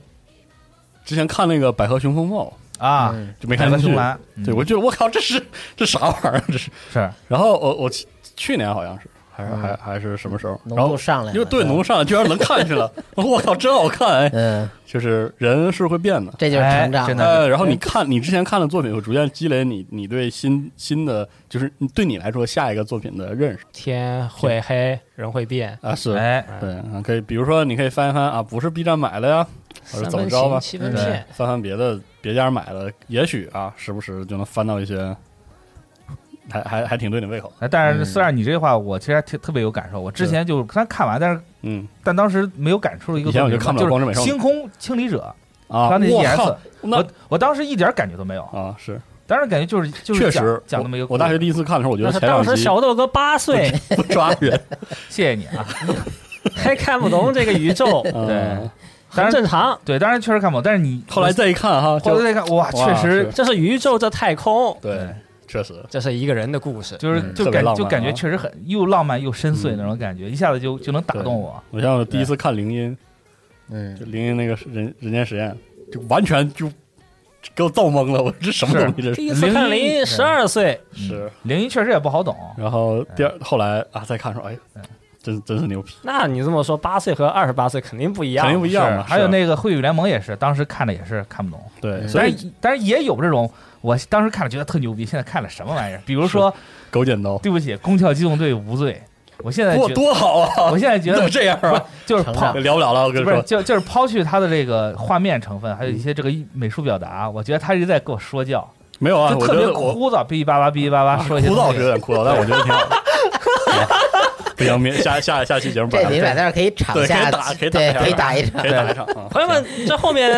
之前看那个《百合熊风暴啊，嗯》就没看百进合去熊，兰，嗯对我觉得我靠，这是这啥玩意儿？这是。是然后呃我我去去年好像是还是嗯还还是什么时候？然浓后度上来了，因为对浓上来居然能看去了，我靠，真好看！哎，嗯，就是人是会变的。这就是成哎长真了，的呃，然后你看你之前看的作品，会逐渐积累你你对新新的，就是你对你来说下一个作品的认识天会黑，人会变。啊，是哎，对啊，可以，比如说你可以翻一翻啊，不是 B 站买的呀，或三者怎么分着吧形，七分对骗，翻翻别的别家买的，也许啊，时不时就能翻到一些，还还还挺对你胃口的。哎但是嗯四二，你这话我其实还特特别有感受。我之前就是看看完，但是嗯但当时没有感触的一个以前作我品就看不了是光之美少女星空清理者》，啊，他那 E 我 ES，靠，那我我当时一点感觉都没有，啊是，当时感觉就是就是确讲实讲那么一我个故事。我大学第一次看的时候，我觉那得是前两当时集小豆哥八岁，不抓人，谢谢你啊， 还看不懂这个宇 宙，嗯对很当然正常。对，当然确实看不懂，但是你后来再一看哈，后 就来再看，哇，哇确实是这是宇宙，这太空，对，确实这是一个人的故事。就是嗯就特别感浪漫就感觉啊确实很又浪漫又深邃嗯那种感觉，一下子就就能打动我。我像我第一次看《铃音》，就嗯， 《铃音》那个人人间实验，就完全就给我造懵了，我这什么是东西这是？第一次看零一零十二岁，是，零一确实也不好懂，然后第二后来啊再看说，哎嗯，真真是牛逼，那你这么说，八岁和二十八岁肯定不一样，肯定不一样是嘛。还有是那个《会与联盟》也是，当时看的也是看不懂。对，嗯所但以是但是也有这种，我当时看了觉得特牛逼，现在看了什么玩意儿？比如说，狗剪刀对不起，《宫壳机动队无罪》，我现在多觉得，多好啊！我现在觉怎么得这样啊？就是成抛长，聊不了了，我跟你不是说，嗯就就是抛去它的这个画面成分，还有一些这个艺美术表达，我觉得他一直在跟我说教。没有啊，就我特觉别得我啊枯燥，哔哔叭叭，哔哔叭叭说一些枯燥东是西有点枯燥，但我觉得挺好的。不行，明下下下期节目把这你俩它在这可以场对可以下打可以打对一下可以打一场。可以打一场啊。朋友们，这后 面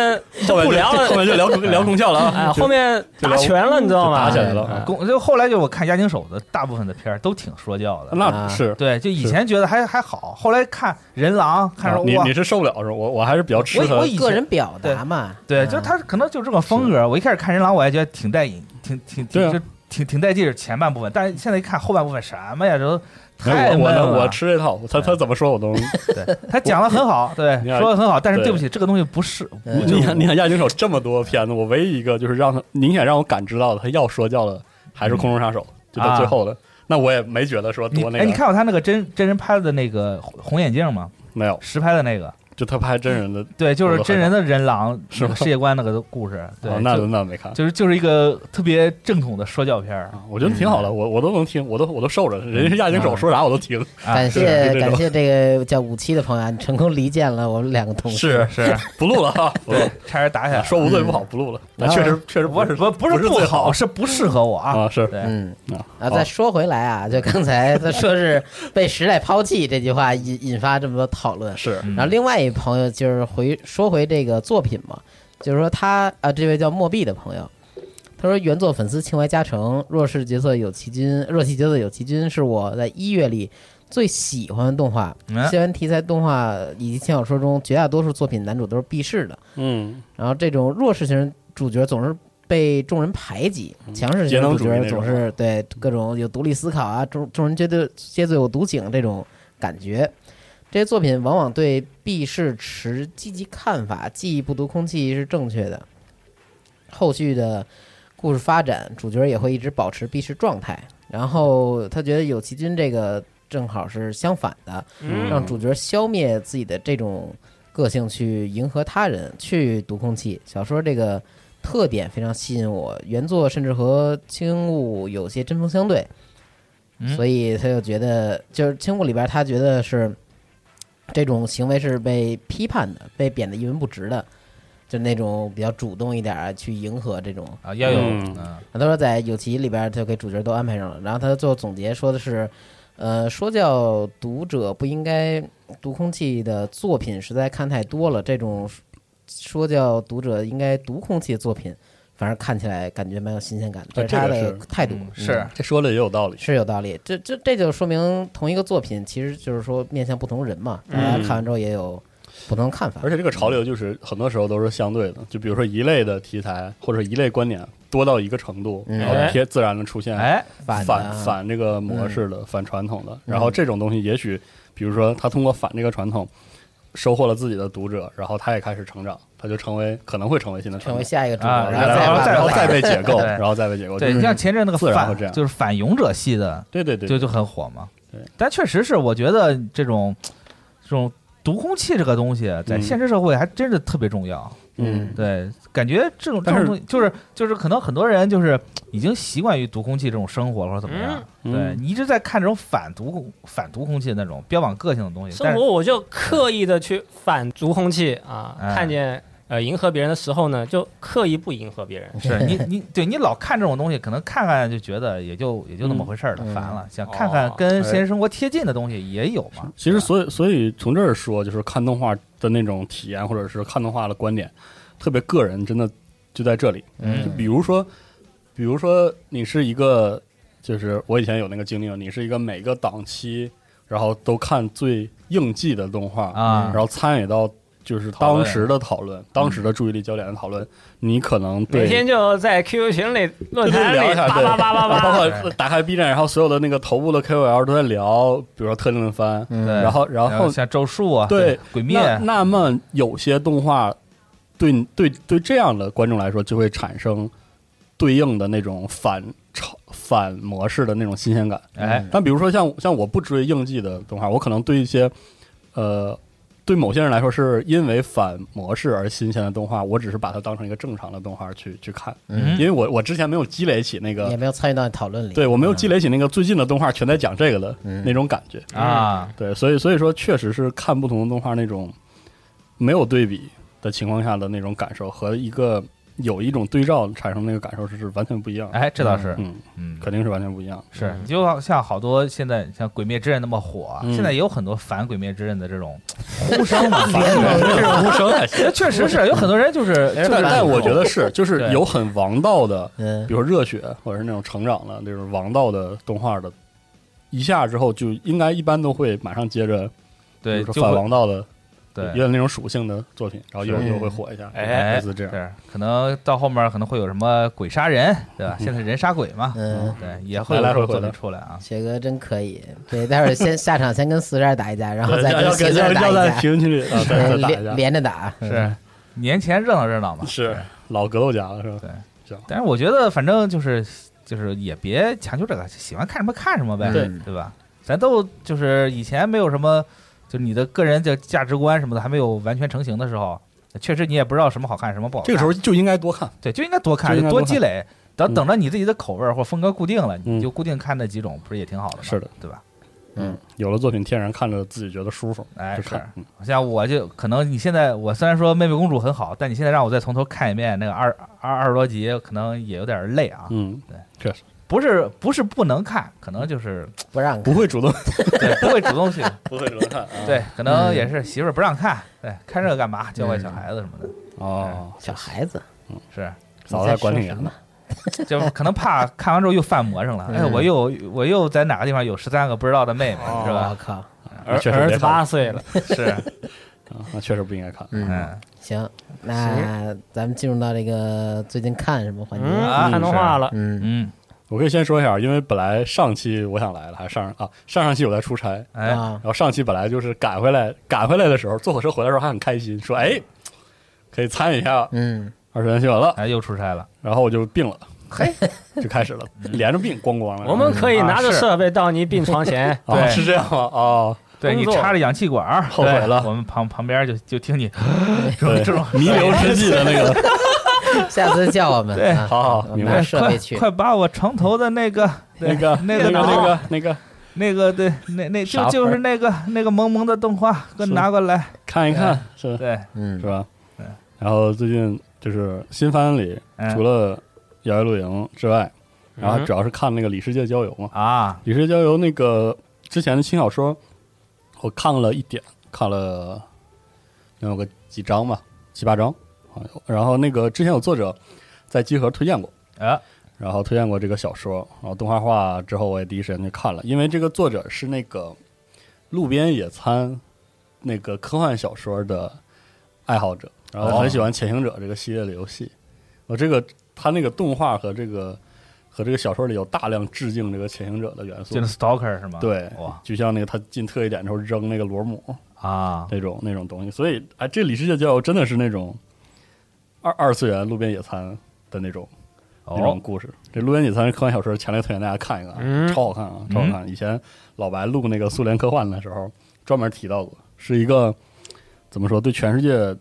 后就不面就聊了后面就 聊聊功效了哎，啊。后面就打拳了，你知道打吗哎起？来了啊。公就后来就我看押井守的大部分的片儿都挺说教的，那是对，就以前觉得还还好，后来看人狼，看啊着你哇你，是受不了是吧？我我还是比较吃我它我。以前个人表达嘛，对，嗯就他可能就这种风格。我一开始看人狼，我还觉得挺带瘾，挺挺对挺啊就挺挺带劲儿前半部分，但是现在一看后半部分什么呀，这都没太有闷哎我我了。哎我吃这套，他他怎么说 我都。对他讲的很好，对，你看说的很好，但是对对不起，这个东西不是嗯你想你想亚军手这么多片子，我唯一一个就是让他明显让我感知到他要说教的还是空中杀手，就到最后的。那我也没觉得说嗯啊你多那哎，个，你看过他那个真真人拍的那个红红眼镜吗？没有，实拍的那个，就他拍真人的，对，就我是都真人的人狼是那个吗世界观那个故事，对哦，那就那没看就是就是一个特别正统的说教片儿啊，我觉得挺好嗯的，我我都能听，我都我都受着，人家亚军手说啥我都 听，啊感是谢是这种感谢这个叫五七的朋友，啊，你成功离间了我们两个同事。是是， 不录了啊，不录对，嗯差点打起来了，了。说无罪不好，不录了，那然后确实确实不是是不不是不是不最好，好是不适合我啊。啊，是对，嗯啊啊，好再说回来啊，就刚才他说是被时代抛弃这句话引引发这么多讨论。是嗯然后另外一朋友就是回说回这个作品嘛，就是说他啊，这位叫墨碧的朋友，他说原作粉丝情怀加成，弱势角色有其君，弱气角色有其君是我在一月里最喜欢的动画嗯，校园题材动画以及轻小说中绝大多数作品男主都是避世的，嗯，然后这种弱势型主角总是被众人排挤，强势节型能主嗯主义角那总种是对各种有独立思考啊，众众人皆对皆醉我独醒这种感觉。这些作品往往对避世持积极看法，记忆不读空气是正确的。后续的故事发展，主角也会一直保持避世状态。然后他觉得有崎君这个正好是相反的，嗯让主角消灭自己的这种个性，去迎合他人，去读空气。小说这个特点非常吸引我，原作甚至和青雾有些针锋相对，嗯所以他就觉得，就是青雾里边他觉得是这种行为是被批判的，被贬得一文不值的。就那种比较主动一点啊，去迎合这种啊，要有嗯嗯他说在有其里边，就给主角都安排上了。然后他最后总结说的是，呃，说教读者不应该读空气的作品实在看太多了，这种说教读者应该读空气的作品，反而看起来感觉蛮有新鲜感的。啊这是他这的个是态度，嗯是这说的也有道理，是有道理。这这这就说明同一个作品，其实就是说面向不同人嘛，大家嗯看完之后也有不同的看法而。且这个潮流就是很多时候都是相对的，就比如说一类的题材或者一类观点多到一个程度，嗯然后贴自然的出现哎，反的反啊反这个模式的、反传统的，然后这种东西也许，比如说他通过反这个传统，收获了自己的读者，然后他也开始成长，他就成为可能会成为新的传成为统，下一个主啊角，然后然后再然后再再被解构，对然后再被解构，对，就你是像前阵那个自然会反这样就是反勇者系的，对对对就对，就很火嘛对。但确实是，我觉得这种这种读空气这个东西，在嗯现实社会还真是特别重要。嗯，对，感觉这种这但是种东西，就是就是可能很多人就是已经习惯于读空气这种生活了，或者怎么样。嗯对嗯你一直在看这种反读反读空气的那种标榜个性的东西，但生是活我就刻意的去反足空气啊，哎看见呃迎合别人的时候呢，就刻意不迎合别人。 是 你你对你老看这种东西，可能看看就觉得也就也就那么回事儿了，嗯烦了。想看看跟现实生活贴近的东西也有嘛。其实所以所以从这儿说，就是看动画的那种体验，或者是看动画的观点，特别个人，真的就在这里。嗯就比如说，比如说你是一个，就是我以前有那个经历，啊你是一个每个档期，然后都看最应季的动画，啊然后参与到就是讨论当时的讨论，当时的注意力焦点的讨论，你可能每对。天就在 QQ 群里、论对坛聊里一下，叭对叭叭叭然后叭，啊 包括打开 B 站，然后所有的那个头部的 KOL 都在聊，比如说特定的番，对嗯然后然后像咒术啊，对鬼灭那那么有些动画对你对对这样的观众来说，就会产生对应的那种反潮反模式的那种新鲜感。哎嗯但比如说像像我不追应季的动画，我可能对一些呃对某些人来说是因为反模式而新鲜的动画，我只是把它当成一个正常的动画去去看，嗯因为我我之前没有积累起那也个。没有参与到讨论里。对，我没有积累起那个最近的动画全在讲这个的嗯那种感觉，啊，对，所以所以说，确实是看不同的动画那种没有对比的情况下的那种感受和一个有一种对照产生那个感受是是完全不一样的。哎，这倒是，嗯，嗯，肯定是完全不一样的。是，你就好像好多现在像《鬼灭之刃》那么火啊，嗯现在也有很多反《鬼灭之刃》的这 种呼声嘛，反这是无声还行， 确实是有很多人就是，哎就是但但我觉得是，就对是有很王道的，嗯比如说热血或者是那种成长的那种王道的动画的，一下之后就应该一般都会马上接着，比对如说就反会王道的，有对点那种属性的作品，然后又是又会火一下，哎类似这样。对，可能到后面可能会有什么鬼杀人，对吧？现在人杀鬼嘛，嗯，对，也会有来来这种回作回品的出来啊。雪哥真可以。 对，待会儿先下场先跟四十二打一架，然后再要跟要七十要二打要一在架，评论区 里啊，再对再打一连下，连着打。是年前热闹热闹嘛，嗯是老格斗家了是吧？但是我觉得反正就是就是也别强求这个，喜欢看什么看什么呗，对对吧？咱都就是以前没有什么，就是你的个人的价值观什么的还没有完全成型的时候，确实你也不知道什么好看什么不好看。这个时候就应该多看，对，就应该多看，就应该多多看积累。等嗯等着你自己的口味儿或风格固定了，嗯你就固定看那几种，不是也挺好的吗？是的，对吧？嗯，有了作品天然看着自己觉得舒服，哎，就是看。嗯像我就可能你现在，我虽然说《妹妹公主》很好，但你现在让我再从头看一遍那个二二二十多集，可能也有点累啊。嗯，不是不是不能看，可 能就是不让看不会主动，对，不会主动去， 不会主动看，啊嗯对，可能也是媳妇儿不让看，对，看这个干嘛？教坏小孩子什么的，哦，小孩子，是，嫂子还管挺严的，就可能怕看完之后又犯魔怔了。哎，嗯我又我又在哪个地方有十三个不知道的妹妹，哦是我吧？靠，儿确实儿别子看八岁了， 是，啊，那确实不应该看。嗯，嗯行，那咱们进入到这个最近看什么环节？嗯，看动啊画了，嗯嗯，我可以先说一下，因为本来上期我想来的，还是上啊上上期我在出差，哎，啊然，后上期本来就是赶回来，赶回来的时候坐火车回来的时候还很开心，说哎可以参与一下嗯，二次元新闻了，哎，又出差了，然后我就病了，嘿， 就开始了，连着病咣咣的。，我们可以拿着啊是设备到你病床前哦对是这样吗？哦，对你工作插着氧气管儿，后悔对了我们旁旁边就就 听你这种对这种，弥留之际的那个，下次叫我们，对啊好好我们明哎拿白设备快 去，快把我床头的那个那个那个那个个那个，那个对那那就啥就玩是意那个那个萌萌的动画，给我是拿过 来，看一看是对，嗯是，吧对？然后最近就是新番里嗯除了《摇曳露营》之外，然后嗯主要是看那个《里世界郊游》嘛，啊， 《里世界郊游》那个之前的轻小说，我看了一点，看了能有个几章吧，七八章好像有。然后那个之前有作者在集合推荐过，啊，然后推荐过这个小说，然后动画化之后我也第一时间去看了，因为这个作者是那个路边野餐那个科幻小说的爱好者，然后很喜欢《潜行者》这个系列的游戏。我这个他那个动画和这个和这个小说里有大量致敬这个《潜行者》的元素就是，stalker 是吗？对哇，就像那个他进特异点的时候扔那个螺母啊，那种那种东西，所以哎，这里世界交友真的是那种二二次元路边野餐的那种那种哦，故事。这《路边野餐》是科幻小说，强烈推荐大家看一看啊，嗯超好看啊，超好看！以前老白录那个苏联科幻的时候，专门提到过，是一个怎么说，对全世界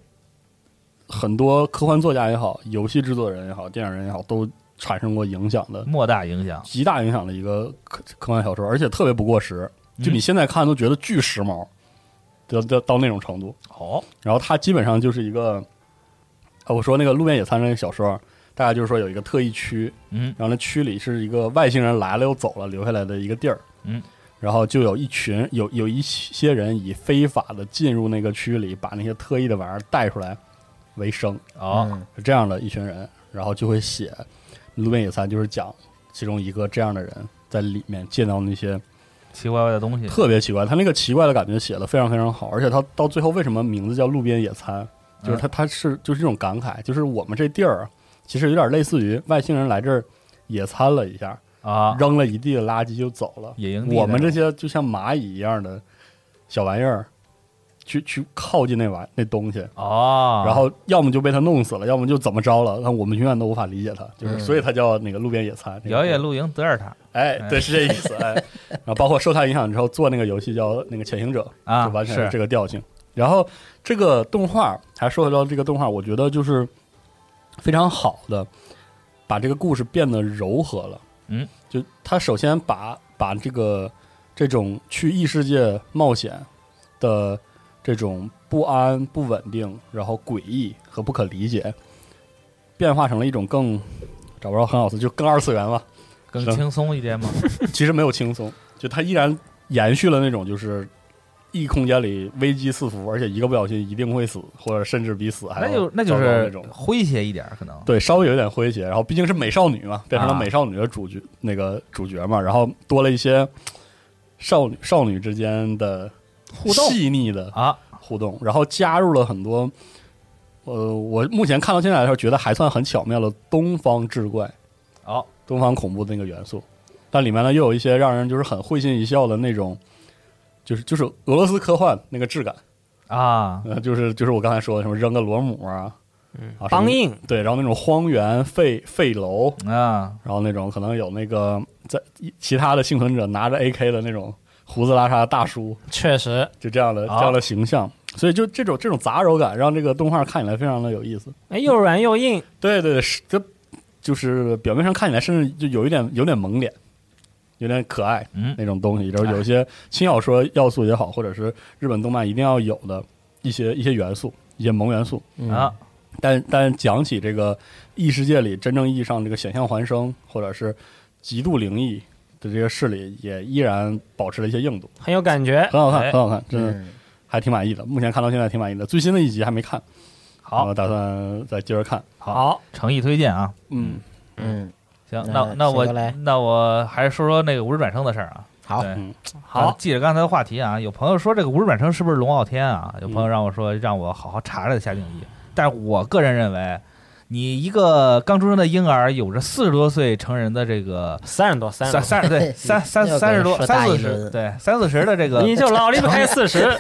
很多科幻作家也好、游戏制作人也好、电影人也好，都产生过影响的莫大影响，极大影响的一个科科幻小说，而且特别不过时，就嗯你现在看都觉得巨时髦，到到到那种程度。哦，然后它基本上就是一个，啊，我说那个《路边野餐》那个小说，大概就是说有一个特异区，嗯然后那区里是一个外星人来了又走了留下来的一个地儿，嗯，然后就有一群有有一些人以非法的进入那个区里，把那些特异的玩意儿带出来为生，哦，嗯是这样的一群人，然后就会写《路边野餐》，就是讲其中一个这样的人在里面见到那些奇怪怪的东西，特别奇怪，他那个奇怪的感觉写的非常非常好，而且他到最后为什么名字叫路边野餐，就是嗯他他是就是这种感慨，就是我们这地儿啊其实有点类似于外星人来这儿野餐了一下，啊，扔了一地的垃圾就走了，野营地那种，我们这些就像蚂蚁一样的小玩意儿，去去靠近那玩那东西，哦，然后要么就被它弄死了，要么就怎么着了，那我们永远都无法理解它，就是嗯所以它叫那个路边野餐，这个摇曳露营德尔塔哎，对，是这意思。哎，然后包括受他影响之后做那个游戏叫那个《潜行者》，啊，就完全是这是个调性。然后这个动画还说回到这个动画，我觉得就是非常好的把这个故事变得柔和了。嗯，就他首先把把这个这种去异世界冒险的这种不安、不稳定，然后诡异和不可理解，变化成了一种更找不着很好词，就更二次元吧。更是轻松一点 嘛。其实没有轻松，就它依然延续了那种就是异空间里危机四伏，而且一个不小心一定会死，或者甚至比死还那要就那就哎糟糕那是种。诙谐一点，可能对，稍微有点诙谐，然后毕竟是美少女嘛，变成了啊美少女的主角、那个主角嘛，然后多了一些少女少女之间的互动细腻的啊，互动，然后加入了很多，呃，我目前看到现在来说，觉得还算很巧妙的东方志怪、哦，东方恐怖的那个元素，但里面呢又有一些让人就是很会心一笑的那种，就是就是俄罗斯科幻那个质感，啊，呃，就是就是我刚才说的什么扔个螺母啊，嗯啊，梆硬，对，然后那种荒原废废楼，啊，然后那种可能有那个在其他的幸存者拿着 AK 的那种胡子拉碴的大叔，确实，就这样的这啊样的形象，所以就这种这种杂糅感让这个动画看起来非常的有意思。哎，又软又硬，对对对，是这就是表面上看起来甚至就有一点有点萌脸，有点可爱嗯，那种东西，然后有一些轻小说要素也好，或者是日本动漫一定要有的一些一些元素，一些萌元素。嗯啊，但但讲起这个异世界里真正意义上这个险象环生，或者是极度灵异的这些事里，也依然保持了一些硬度，很有感觉。很好看，哎很好看，真的嗯，还挺满意的。目前看到现在挺满意的，最新的一集还没看，好我打算再接着看。好，诚意推荐啊。嗯，嗯，行，那那那谁我先来那我还是说说那个五日转生的事儿啊。好，对啊好，记着刚才的话题啊，有朋友说这个五日转生是不是龙傲天啊？有嗯朋友让我说让我好好查查下定义，但是我个人认为，你一个刚出生的婴儿有着四十多岁成人的这个三十多，三十三三十对三三又给三十多说大三四一轮十对三四十的这多，个你就老离不 开四十。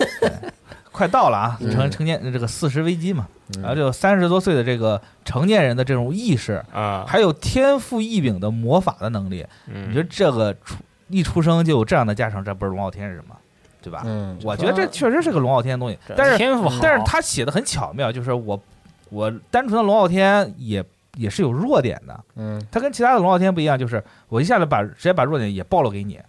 快到了啊，嗯成成年这个四十危机嘛，嗯然后就三十多岁的这个成年人的这种意识，啊，还有天赋异禀的魔法的能力，你嗯你说这个出一出生就有这样的加成，这不是龙傲天是什么？对吧？嗯，我觉得这确实是个龙傲天的东西，但是天赋好，但是他写的很巧妙，就是我我单纯的龙傲天也也是有弱点的，嗯他跟其他的龙傲天不一样，就是我一下子把直接把弱点也暴露给你，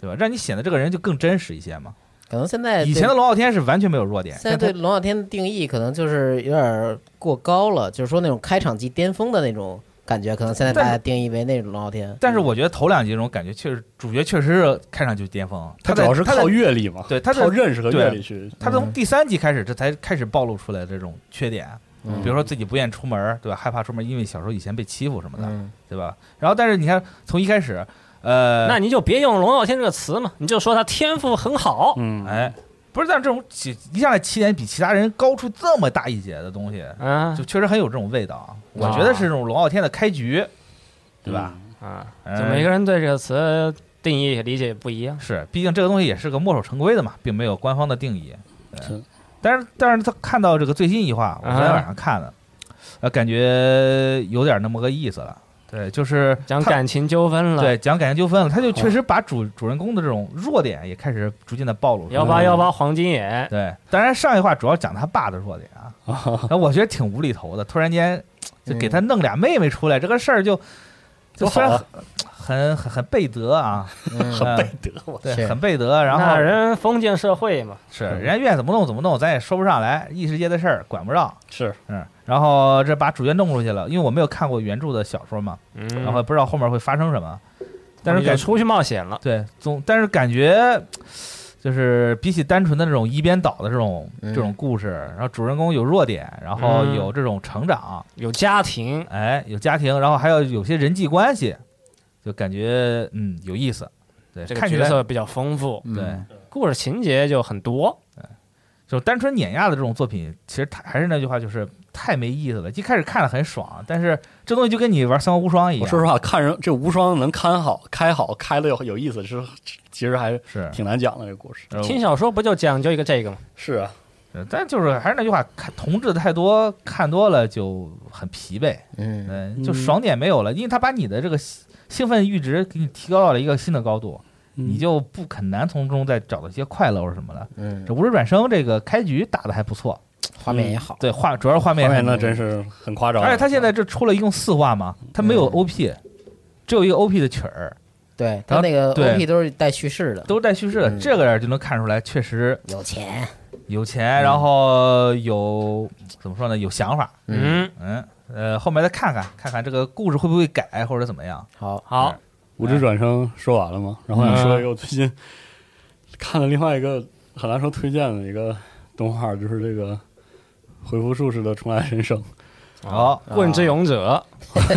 对吧？让你显得这个人就更真实一些嘛。可能现在以哎对前的龙傲天是完全没有弱点，现在对但龙傲天的定义可能就是有点儿过高了，就是说那种开场即巅峰的那种感觉，可能现在大但家是定义为那种龙傲天。但是我觉得头两集这种感觉确实主角确实是开上就巅峰，他主在要是他在靠阅历嘛，对他在靠认识和对阅历去。他从第三集开始，这才开始暴露出来这种缺点，嗯比如说自己不愿出门儿，对吧？害怕出门，因为小时候以前被欺负什么的，嗯，对吧？然后但是你看，从一开始，呃，那你就别用“龙傲天”这个词嘛，你就说他天赋很好。嗯，哎，不是，但是这种起一上来起点比其他人高出这么大一截的东西，啊就确实很有这种味道啊。我觉得是这种龙傲天的开局，对吧？啊，嗯就每个人对这个词定义理解不一样。是，毕竟这个东西也是个墨守成规的嘛，并没有官方的定义。对是但是但是他看到这个最新一话，我昨天啊晚上看的，呃，感觉有点那么个意思了。对，就是讲他感情纠纷了，哦对，讲感情纠纷了，他就确实把主主人公的这种弱点也开始逐渐的暴露出幺来。八幺八黄金眼，对，当嗯然上一话主要讲他爸的弱点啊，哦然后我觉得挺无厘头的，突然间嗯就给他嗯弄俩妹妹出来，这个事儿就就多虽好然啊很很很很背德啊，嗯嗯贝德，我对，是很背德，然那后人嗯封建社会嘛，是人家愿意怎么弄怎么弄，咱也说不上来，异世界的事儿管不着，是嗯，然后这把主角弄出去了，因为我没有看过原著的小说嘛，嗯，然后也不知道后面会发生什么，但但是是感给出去冒险了，对，总但是感觉就是比起单纯的这种一边倒的这种、嗯这种故事，然后主人公有弱点，然后嗯有这种成长，有家庭，哎，有家庭，然后还有有些人际关系，就感觉嗯有意思。对，这个看起角来色嗯比较丰富，对，故事情节就很多。就单纯碾压的这种作品，其实它还是那句话，就是太没意思了。一开始看了很爽，但是这东西就跟你玩《三国无双》一我样，说实话，看人这无双能看好、开好、开的有有意思，是其实还是挺难讲的这个故事。呃听小说不就讲究一个这个吗？是啊，呃但就是还是那句话，看同志太多，看多了就很疲惫。嗯嗯，就嗯爽点没有了，因为他把你的这个兴兴奋阈值给你提高到了一个新的高度，嗯你就不很难从中再找到一些快乐或者什么了。嗯，这无人转生这个开局打的还不错，画面嗯也好，对画主要是画面画也面很，那真是很夸张。而且他现在这出了一共四话嘛，他没有嗯 OP，只有一个 OP 的曲儿，对他那个对 OP 都是带叙事的，都是带叙事的，嗯这个就能看出来确实有钱，有钱，然后有怎么说呢，有想法，嗯，嗯，呃，后面再看看看看这个故事会不会改或者怎么样。好，好，五指转生说完了吗？然后想说一个，我最近看了另外一个很难说推荐的一个动画，就是这个回复术士的重来人生，好，嗯棍之勇者，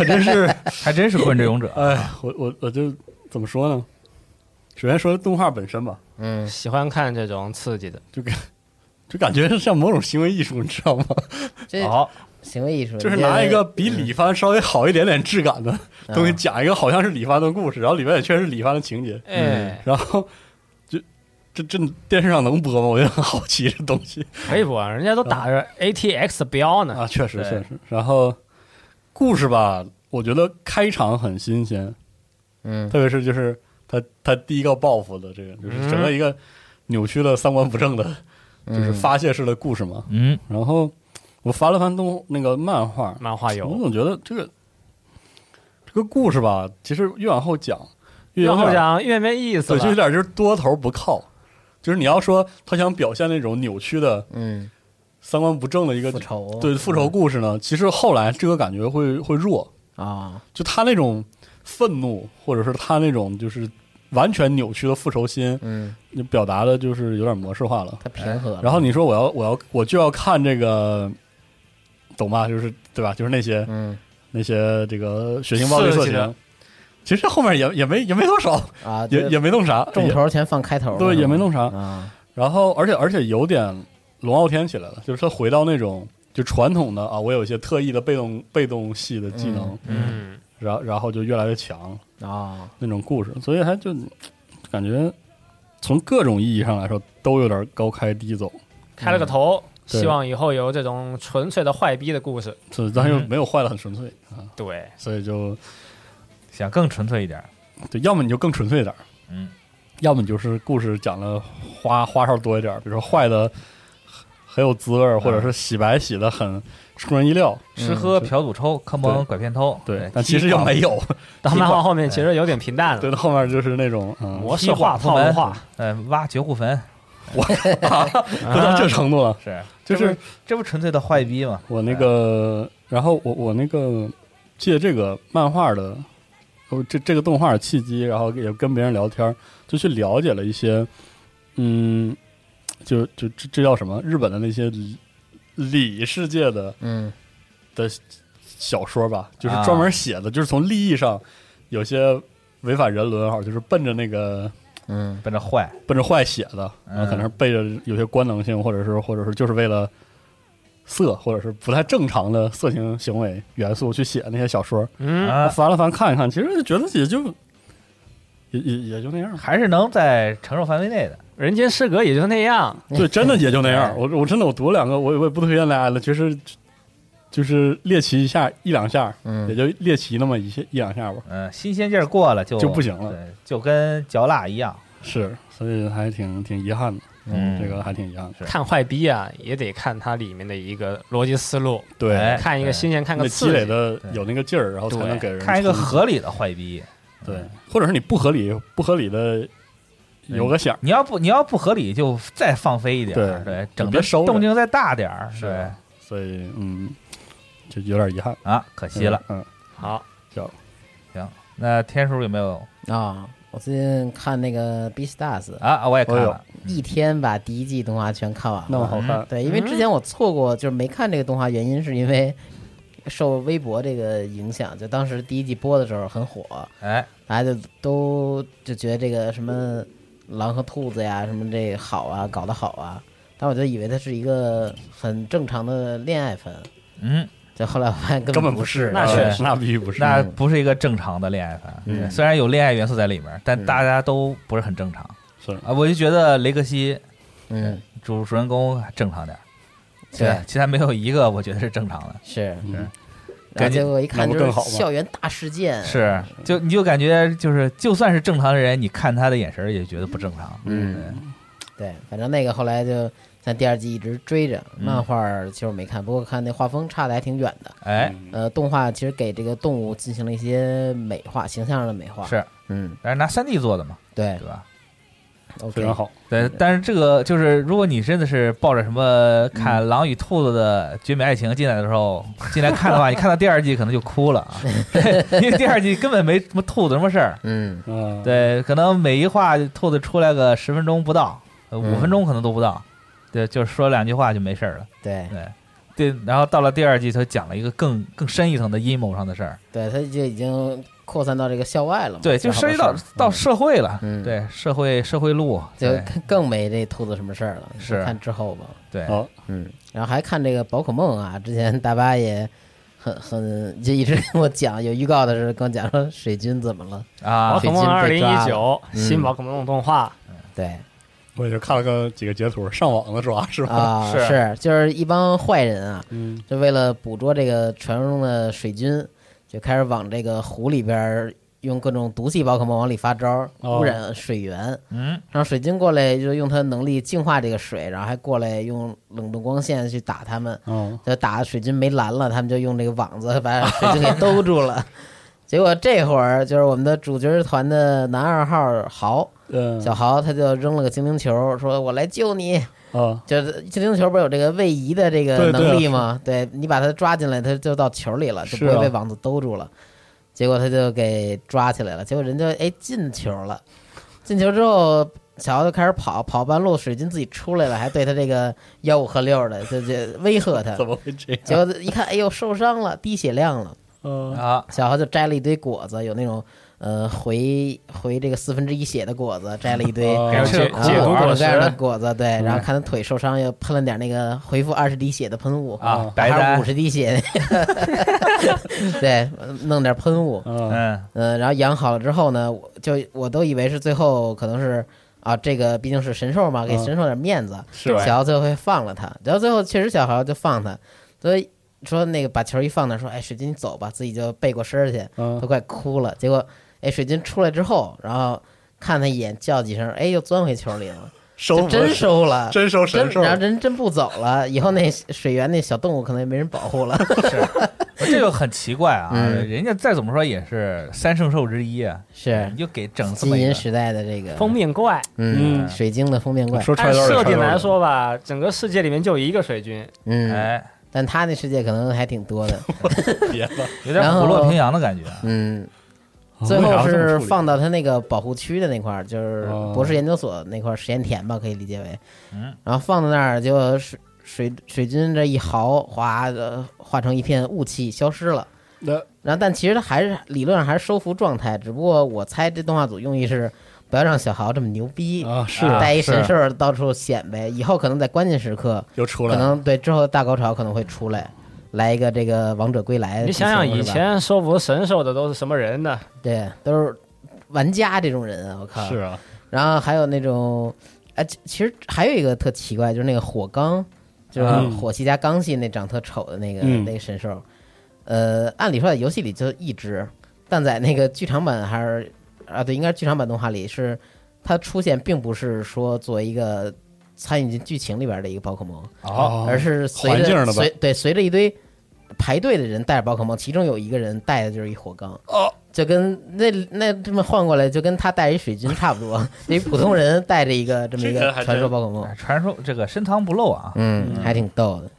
真是还真是棍之勇者。 哎，我我我就怎么说呢？首先说动画本身吧，嗯，喜欢看这种刺激的，就感觉是像某种行为艺术，你 知道吗？嗯这哦好，行为艺嗯术就是拿一个比李帆稍微好一点点质感的东西讲一个好像是李帆的故事，然后里面也确实是李帆的情节，哎，然后就这这电视上能播吗？我就很好奇这东西可以不啊？人家都打嗯着 ATX 标呢，啊，确实确对实。然后故事吧，我觉得开场很新鲜，嗯，特别是就是他他第一个报复的这个，就是整个一个扭曲的三观不正的，嗯 就是发泄式的故事嘛。嗯，然后我翻了翻动那个漫画，漫画我有。总觉得这个这个故事吧，其实越往后讲，越有然后点讲越没意思对，就有了，点就是多头不靠，就是你要说他想表现那种扭曲的嗯三观不正的一个复仇对复仇故事呢，其实后来这个感觉会会弱，啊，就他那种愤怒，或者是他那种就是完全扭曲的复仇心，嗯，你表达的就是有点模式化了。它平和了，然后你说我要我要我就要看这个，懂吧？就是对吧？就是那些嗯那些这个血腥暴力色刺激的情，其实后面也也没也没多少，啊，也这也没弄啥，重也头全放开头了，对也没弄啥。啊，然后而且而且有点龙傲天起来了，就是他回到那种就传统的啊，我有一些特异的被动被动系的技能，嗯，然后然后就越来越强啊，那种故事，所以还就感觉从各种意义上来说都有点高开低走，开了个头，嗯对希望以后有这种纯粹的坏逼的故事。这但又嗯没有坏的很纯粹，对，所以就想更纯粹一点。对，要么你就更纯粹点儿，嗯，要么你就是故事讲的花花哨多一点儿，比如说坏的很很有滋味儿，或者是洗白洗的很出人意料，吃喝嗯嫖赌抽，坑蒙拐骗偷，哎对，但其实又没有，到漫画后面其实有点平淡了， 对，到后面就是那种嗯，模式化、套路化，呃，挖绝户坟都到这程度了，是，就这啊是不这不纯粹的坏逼嘛？我那个，然后我我那个借这个漫画的，哦，这这个动画的契机，然后也跟别人聊天儿，就去了解了一些，嗯，就就这这叫什么？日本的那些里里世界的嗯小说吧，就是啊专门写的，就是从利益上有些违反人伦，好，就是奔着那个嗯奔着坏，奔着坏写的，嗯然后可能是背着有些官能性，或者是或者是就是为了色，或者是不太正常的色情行为元素去写那些小说。嗯，啊，，翻了翻看一看，其实觉得也就也也也就那样还是能在承受范围内的。人间失格也就那样，对，真的也就那样哎。我我真的我读了两个，我也我也不推荐大家了，其实就是猎奇一下一两下，也嗯就猎奇那么一些一两下吧。嗯，新鲜劲儿过了就就不行了对，就跟嚼蜡一样。是，所以还挺挺遗憾的，嗯，这个还挺遗憾的。看坏逼啊，也得看它里面的一个逻辑思路，对，哎看一个新鲜，看那个积刺累激。的对有那个劲儿，然后才能对给人嗯看一个冲击合理的坏逼。对，或者是你不合理不合理的有个响儿，你要不你要不合理，就再放飞一点儿，对对，你整别个收着动静再大点儿，是啊对所以嗯，就有点遗憾，啊，可惜了。嗯，好，那天叔有没有啊，我最近看那个《Beastars》，啊？我也看我有了，一天把第一季动画全看完嗯那么嗯了。好看，对，因为之前我错过就是没看这个动画，原因是因为受微博这个影响，就当时第一季播的时候很火，哎，大家就都就觉得这个什么狼和兔子呀，什么这个好啊，搞得好啊。但我就以为它是一个很正常的恋爱番，嗯，就后来我发现根根本不不是，呃那确实那必须不是，那不是一个正常的恋爱番，嗯对虽然有恋爱元素在里面，但嗯大家都不是很正常是啊。我就觉得雷格西嗯，主主人公正常点儿，其他对，其他没有一个我觉得是正常的。是。嗯然后赶紧结果一看就那不是更好吗校园大事件，是，就你就感觉就是，就算是正常的人，你看他的眼神儿也觉得不正常。嗯，对，反正那个后来就像第二季一直追着，漫画儿其实我没看，不过看那画风差的还挺远的。哎，呃，动画其实给这个动物进行了一些美化，形象上的美化。是，嗯，哎但是拿三 D 做的嘛，对对。吧？非 OK，常好。对，但是这个就是，如果你真的是抱着什嗯么看《狼与兔子的绝美爱情》进来的时候进来看的话，你看到第二季可能就哭了啊， 对因为第二季根本没什么兔子什么事儿。嗯，嗯，，对，可能每一话兔子出来个十分钟不到，呃嗯五分钟可能都不到，对，就是说两句话就没事儿了。对对，对，然后到了第二季，他讲了一个更更深一层的阴谋上的事儿，对，他就已经扩散到这个校外了嘛，对，就好涉多及到事儿到社会了，嗯对，社会社会路，就对更更没这兔子什么事儿了，是看之后吧。对，好，嗯，然后还看这个宝可梦啊，之前大巴也很很就一直跟我讲，有预告的时候跟我讲说水军怎么了？啊宝，可梦二水零晶被抓一了九嗯新宝可梦动画，对我也就看了个几个截图，上网的抓是吧？啊，是是就是一帮坏人啊，嗯，就为了捕捉这个传说中的水军，就开始往这个湖里边儿用各种毒系宝可梦往里发招儿，哦污染水源。嗯，让水晶过来，就用它能力净化这个水，然后还过来用冷冻光线去打他们，嗯，就打水晶没蓝了，他们就用这个网子 把水晶给兜住了。结果这会儿就是我们的主角团的男二号豪嗯，小豪，他就扔了个精灵球，说我来救你。啊，就是精灵球不是有这个位移的这个对对啊能力吗？对你把它抓进来，它就到球里了，就是不会啊被网子兜住了。结果他就给抓起来了，结果人家哎进球了，进球之后。小豪就开始跑，跑半路水晶自己出来了，还对他这个吆五喝六的，就就威吓他。怎么会这样？结果一看，哎呦，受伤了，低血量了。嗯，啊，小豪就摘了一堆果子，有那种呃回回这个四分之一血的果子，摘了一堆，哦然后解这啊解毒各果种各样的实，果子，对，嗯然后看他腿受伤，又喷了点那个恢复二十滴血的喷雾，啊啊，白还丹五，十滴血， 对，弄点喷 雾，嗯，嗯，嗯、然后养好了之后呢，我就我都以为是最后可能是啊，这个毕竟是神兽嘛，给嗯神兽点面子，是吧？小豪最后会放了他，然后最后确实小豪就放他，所以说那个把球一放那儿，说哎水晶你走吧，自己就背过身儿去，嗯都，快哭了。结果，哎，水晶出来之后，然后看他一眼，叫几声，哎，又钻回球里 了，收就真收了，真收真神兽，然后人真不走了，以后那水源那小动物可能也没人保护 了。这就很奇怪啊，嗯人家再怎么说也是三圣兽之一啊，是你就给整这金么一银个，时代的这个封，面怪。嗯，嗯水晶的封面怪，说按穿设定来，说吧，整个世界里面就一个水军，嗯，哎，但他那世界可能还挺多 的，别了，有点然后虎落平阳的感觉，啊嗯。 哦最后是放到他那个保护区的那块儿，就是哦博士研究所那块儿实验田吧，可以理解为。嗯，然后放到那儿，结果水水水军这一嚎，哗的化成一片雾气消失了。那然后，但其实它还是理论上还是收服状态，只不过我猜这动画组用意是不要让小豪这么牛逼，啊是带一神是兽儿到处显摆，以后可能在关键时刻，又出可来了，能对之后的大高潮可能会出来。来一个这个王者归来的你剧情，想想以是吧前收服神兽的都是什么人呢？对都是玩家这种人啊，我靠！是啊，然后还有那种，哎、其其实还有一个特奇怪，就是那个火刚，就是嗯火系加刚系那长特丑的那个、嗯那个神兽，呃，按理说在游戏里就一只，但在那个剧场版还是啊对，应该是剧场版动画里是它出现，并不是说作为一个参与进剧情里边的一个宝可梦，哦，而是随环境着的吧随对随着一堆排队的人带着宝可梦，其中有一个人带的就是一火缸，哦，就跟那那这么换过来，就跟他带一水军差不 多，那普通人带着一个这么一这个个还真传说宝可梦，传说这个深藏不露啊，嗯，还挺逗的，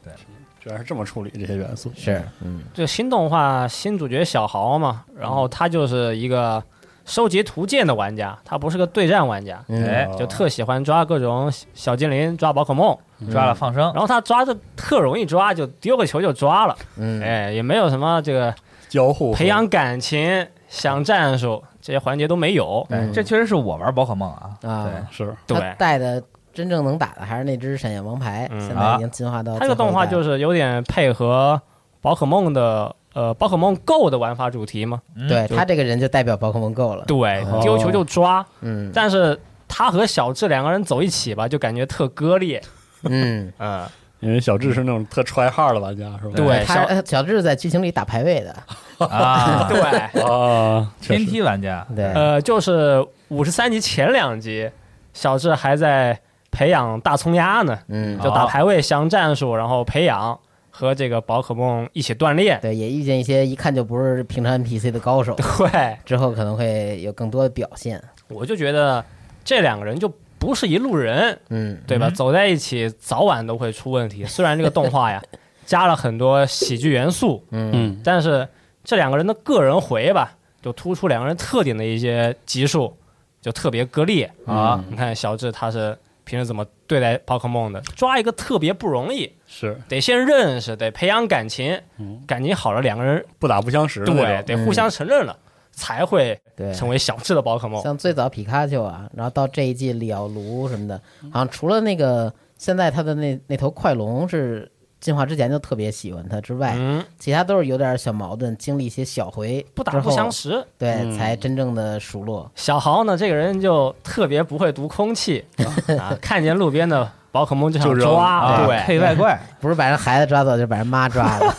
居然是这么处理这些元素，是，嗯就新动画新主角小豪嘛，然后他就是一个收集图鉴的玩家，他不是个对战玩家，嗯哎就特喜欢抓各种小小精灵，抓宝可梦，哦抓了放生然，后他抓的特容易抓，就丢个球就抓了，嗯，哎，也没有什么这个交互培养感情、想战术这些环节都没有，对，哎这确实是我玩宝可梦啊，对啊，嗯是对。他带的真正能打的还是那只闪耀王牌，嗯现啊在已经进化到它这个动画就是是有点配合宝可梦的呃宝可梦 Go 的玩法主题嘛，嗯对就他这个人就代表宝可梦 GO 了，对哦，丢球就抓，嗯但是他和小智两个人走一起吧，就感觉特割裂，嗯，嗯，因为小智是那种特揣号的玩家是吧？对，他小呃小智在剧情里打排位 的，啊，对， 啊，确实天梯玩家，对，呃，就是五十三集前两集，小智还在培养大葱鸭呢，嗯，就打排位、降战术，然后培养和这个宝可梦一起锻炼，对，也遇见一些一看就不是平常 NPC 的高手， 对，之后可能会有更多的表现。我就觉得这两个人就不是一路人，嗯，对吧？嗯走在一起早晚都会出问题。虽然这个动画呀加了很多喜剧元素，嗯但是这两个人的个人回吧，就突出两个人特点的一些集数，就特别割裂啊。你看小智他是平时怎么对待宝可梦的？抓一个特别不容易，是得先认识，得培养感情嗯，感情好了，两个人不打不相识的那对种。得互相承认了，才会对，成为小智的宝可梦。像最早皮卡丘啊，然后到这一季里奥卢什么的，好像除了那个现在他的那那头快龙是进化之前就特别喜欢它之外，嗯，其他都是有点小矛盾，经历一些小回不打不相识，识。对，嗯才真正的熟络。小豪呢，这个人就特别不会读空气 啊，看见路边的宝可梦就就想扔抓，啊，对，配外怪，不是把人孩子抓走，就把人妈抓了。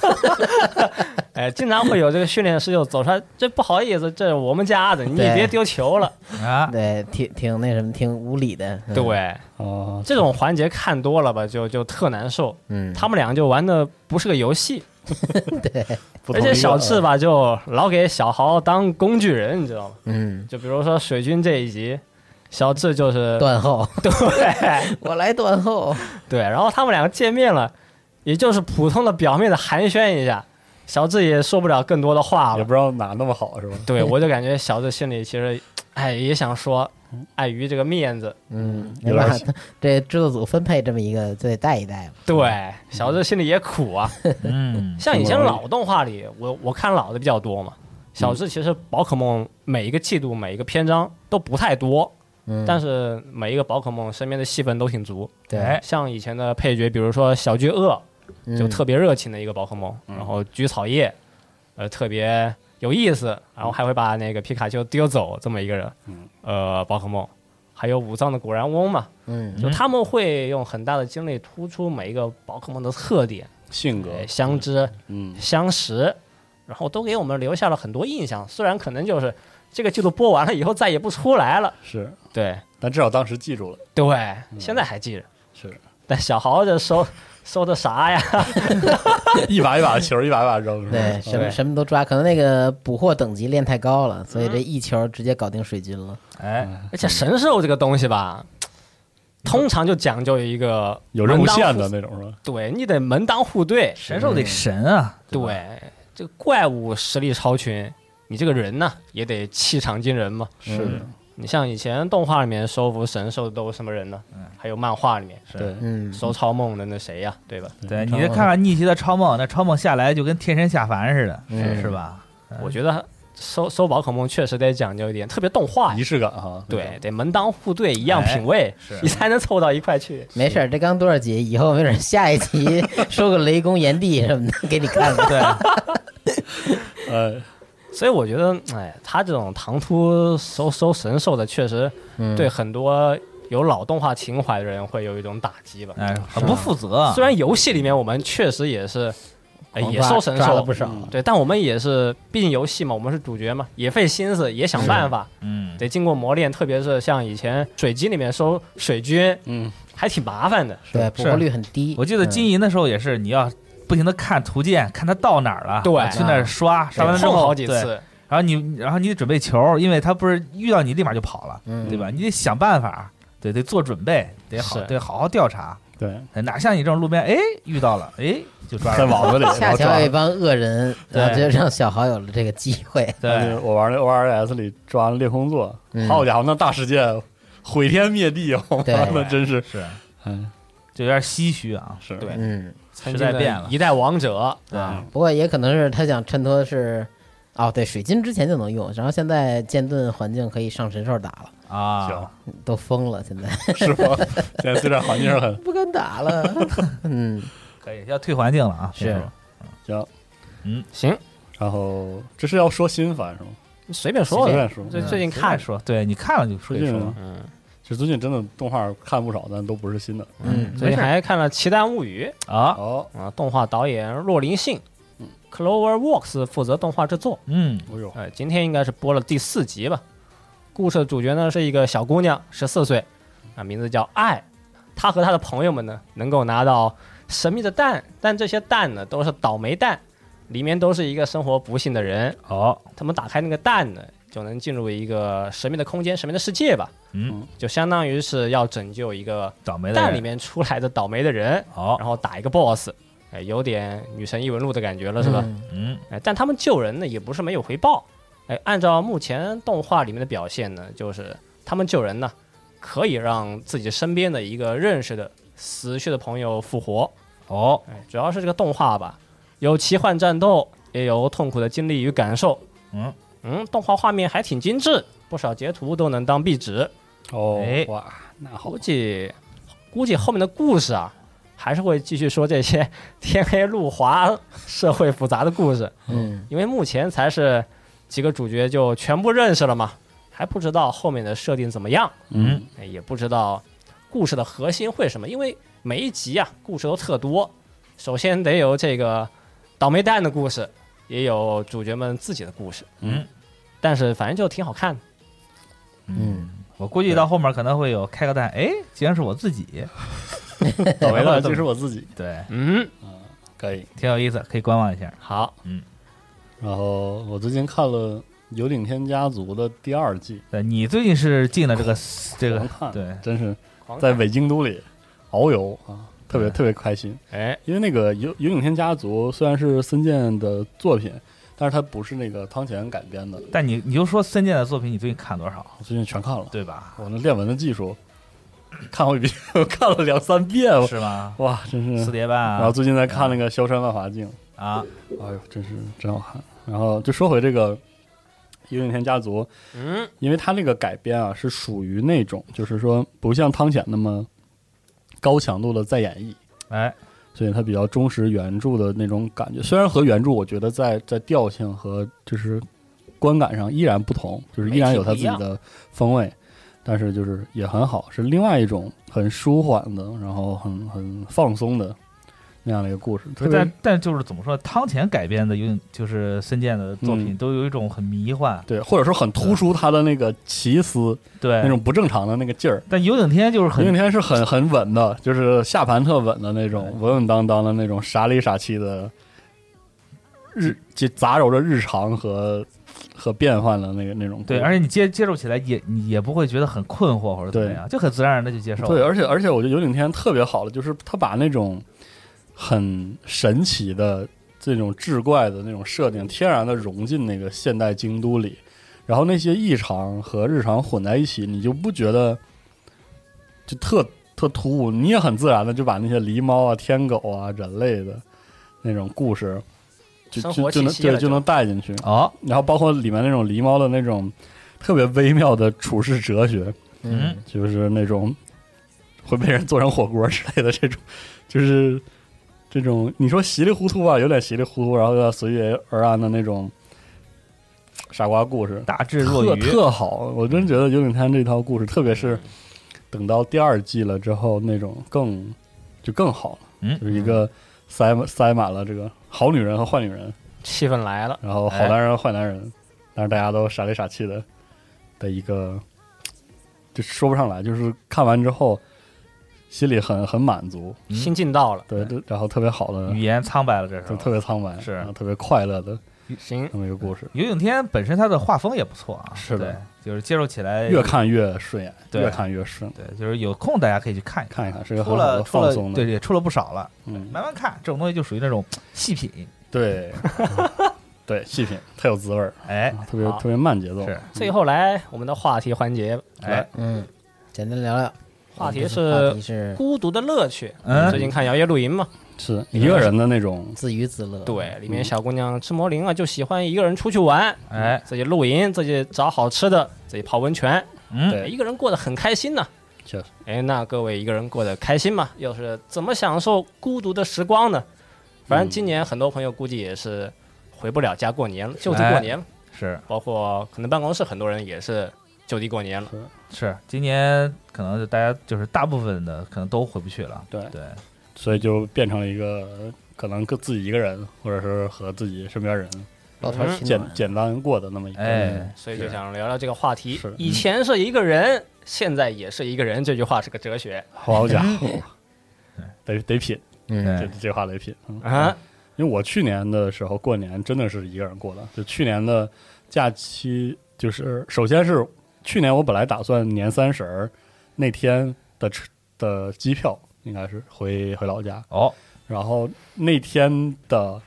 哎，经常会有这个训练师就走出来，这不好意思，这是我们家的，你对也别丢球了。啊，对，挺挺那什么，挺无理的。嗯，对，哦，这种环节看多了吧，就就特难受。嗯，他们俩就玩的不是个游戏，不而且同一个嗯小智吧，就老给小豪当工具人，你知道吗？嗯，就比如说水军这一集，小智就是断后， 对我来断后。对，然后他们两个见面了，也就是普通的表面的寒暄一下，小智也说不了更多的话也了不。知道哪那么好是吧？对，我就感觉小智心里其实，哎，也想说，碍于这个面子，嗯，没有点办法，这制作组分配这么一个，就得带一带嘛。对，小智心里也苦啊。嗯，像以前不容易老动画里，我我看老的比较多嘛。小智其实宝可梦每一个季度、每一个篇章都不太多，嗯，但是每一个宝可梦身边的戏份都挺足。对，哎，像以前的配角，比如说小巨鳄，嗯就特别热情的一个宝可梦，然后菊草叶，呃，特别有意思，然后还会把那个皮卡丘丢走这么一个人，呃，宝可梦，还有五藏的果然翁嘛，嗯就他们会用很大的精力突出每一个宝可梦的特点，性格对，相知、嗯，相识，然后都给我们留下了很多印象，虽然可能就是这个季度播完了以后再也不出来了，是，对但至少当时记住了， 对，现在还记着，是但小豪这收 收的啥呀？一把一把球，一把一把扔，是吧对，什么对什么都抓，可能那个捕获等级练太高了，所以嗯这一球直接搞定水军了。哎，而且神兽这个东西吧，通常就讲究一个有任务线门的当户，那种是吧？对你得门当户对，神兽得神啊，对这个怪物实力超群，你这个人呢也得气场惊人嘛。是，你像以前动画里面收服神兽的都是什么人呢？嗯还有漫画里面对，嗯，收超梦的那谁呀，对吧？对，超你再看看逆袭的超梦，那超梦下来就跟天神下凡似的，嗯是吧？我觉得收收宝可梦确实得讲究一点，特别动画仪。式哎感哈。对，得门当户对，一样品味，是你才能凑到一块去。没事儿，这刚多少集，以后没准儿下一 集收个雷公炎帝什么的给你看看。对，那种，呃，所以我觉得，哎，他这种唐突收收神兽的，确实嗯对很多有老动画情怀的人会有一种打击吧。哎，很不负责。虽然游戏里面我们确实也是，哎，狂也抓收神抓了兽嗯不，少。对，但我们也是，毕竟游戏嘛，我们是主角嘛，也费心思，也想办法，嗯，得经过磨练。特别是像以前水机里面收水军，嗯，还挺麻烦的。对，捕获率很低。我记得嗯金银的时候也是，你要不停的看图鉴，看它到哪儿了，啊对去那儿刷，刷得完了之碰后好几，对次，然后你然后你得准备球，因为它不是遇到你立马就跑了，嗯对吧？你得想办法，对，得做准备，得好是得好好调查，对，哪像你这种路边哎遇到了哎就抓在着了，网子里，然恰后巧抓有一。帮恶人，对然后就让小豪有了这个机会。对，我玩那 O R S 里抓了裂空座，嗯好家伙，那大事件毁天灭地，我对 那真是，是嗯，就有点唏嘘啊，是，对嗯曾时经代变的了一代王者，啊，不过也可能是他想衬托的是，哦，对，水晶之前就能用，然后现在剑盾环境可以上神兽打了，啊，行，都疯了，现在 是吧？现在虽然环境很 不敢打了。 嗯，可以要退环境了啊，是这时候行，行，然后这是要说新番是吗？随便说随便呗。说，最最近嗯随看便说，对你看了就说最一近说，嗯，其实最近真的动画看不少，但都不是新的。嗯最近没事还看了《奇蛋物语啊，哦，》啊，动画导演若林信，CloverWorks 负责动画制作。嗯哎呦，呃，今天应该是播了第四集吧。故事的主角呢是一个小姑娘，十四岁，啊，名字叫爱。她和她的朋友们呢，能够拿到神秘的蛋，但这些蛋呢都是倒霉蛋，里面都是一个生活不幸的人。好，他们打开那个蛋呢，就能进入一个神秘的空间、神秘的世界吧，嗯，就相当于是要拯救一个倒霉的蛋人里面出来的倒霉的人，好，然后打一个 BOSS，哎，有点女神异闻录的感觉了，是吧？嗯嗯哎，但他们救人呢也不是没有回报。哎，按照目前动画里面的表现呢，就是他们救人呢，可以让自己身边的一个认识的死去的朋友复活。哦，哎，主要是这个动画吧，有奇幻战斗，也有痛苦的经历与感受。嗯嗯，动画画面还挺精致，不少截图都能当壁纸。哦哎，哇，那好啊估，计估计后面的故事啊，还是会继续说这些 天黑路滑、社会复杂的故事。嗯，因为目前才是几个主角就全部认识了嘛，还不知道后面的设定怎么样，嗯，哎也不知道故事的核心会什么，因为每一集啊故事都特多，首先得有这个倒霉蛋的故事，也有主角们自己的故事，嗯，但是反正就挺好看的，嗯，我估计到后面可能会有开个蛋，哎，竟然是我自己，嗯倒霉的就是我自己，对，嗯，可以。挺有意思，可以观望一下。好，然后我最近看了《有顶天家族》的第二季，对你最近是进了这个这狂个看，对，真是狂在看伪京都里遨游啊，特别对特别开心。哎因为那个《有有顶天家族》虽然是森健的作品，但是它不是那个汤浅改编的，但你你就说森健的作品，你最近看多少，我最近全看了。对吧？我那练文的技术，看过一遍，我看了两三遍，我是吗？哇，真四是。叠半嗯然后啊最近在看那个《萧山万华镜》，啊，哎呦，真是真好看。然后就说回这个《有顶天家族》，嗯，因为它那个改编啊，是属于那种就是说不像汤浅那么高强度的再演绎，哎，所以它比较忠实原著的那种感觉。虽然和原著我觉得在在调性和就是观感上依然不同，就是依然有它自己的风味，但是就是也很好，是另外一种很舒缓的，然后很很放松的那样的一个故事。特别但但就是怎么说，汤浅改编的有就是森健的作品嗯都有一种很迷幻，对，或者说很突出它的那个奇思，对那种不正常的那个劲儿。但有顶天就是林很永天是很很稳的，就是下盘特稳的那种，对稳稳当当的那种，傻里傻气的日，就杂糅着日常和和变幻的那个那种故事。对，而且你接接受起来也你也不会觉得很困惑或者怎么对样，就很自然而然的就接受了。对，而且而且我觉得有顶天特别好的，就是他把那种很神奇的这种志怪的那种设定，天然的融进那个现代京都里，然后那些异常和日常混在一起，你就不觉得就特特突兀，你也很自然的就把那些狸猫啊、天狗啊、人类的那种故事。就生就活就能气息了对就就能带进去，哦，然后包括里面那种狸猫的那种特别微妙的处世哲学，嗯，就是那种会被人做成火锅之类的这种，就是这种你说稀里糊涂吧，有点稀里糊涂，然后有点随遇而安的那种傻瓜故事，大智若特愚，特好。我真觉得《九岭滩》这套故事，特别是等到第二季了之后，那种更就更好了，嗯就是一个塞满塞满了这个好女人和坏女人，气氛来了，然后哎好男人和坏男人，但是大家都傻里傻气的的一个，就说不上来，就是看完之后心里很很满足，嗯心境到了，对，对然后特别好的语，言苍白了，这就是特别苍白，嗯是然后特别快乐的行，那么一个故事，游景天本身他的画风也不错啊，是的对，就是接受起来越看越顺眼，哎对越看越顺，对，就是有空大家可以去看一看一看是个出很好了的出放了松的对，，也出了不少了，嗯，慢慢看这种东西就属于那种细品， 对，对，细品特有滋味儿，啊哎，特别好特别慢节奏，是最后来我们的话题环节，哎，嗯，简单聊聊。话题话是题是孤独的乐趣。嗯最近看《摇曳露营》嘛，是一个人的那种，自娱自乐。对，里面小姑娘赤魔灵啊，就喜欢一个人出去玩，哎，自己露营，自己找好吃的，自己泡温泉，嗯，哎对，一个人过得很开心呢、确实哎，那各位一个人过得开心吗？又是怎么享受孤独的时光呢？反正今年很多朋友估计也是回不了家过年了，就地过年了，是包括可能办公室很多人也是就地过年了。是，今年可能就大家就是大部分的可能都回不去了，对对，所以就变成了一个可能跟自己一个人，或者是和自己身边人抱团取简暖。简单过的那么一个。哎，所以就想聊聊这个话题是。嗯以前是一个人，现在也是一个人，这句话是个哲学好家伙， 得得品，嗯这对，这话得品。嗯啊。因为我去年的时候过年真的是一个人过的，就去年的假期就是首先是去年我本来打算年三十儿那天的车的机票应该是回回老家，哦，然后那天的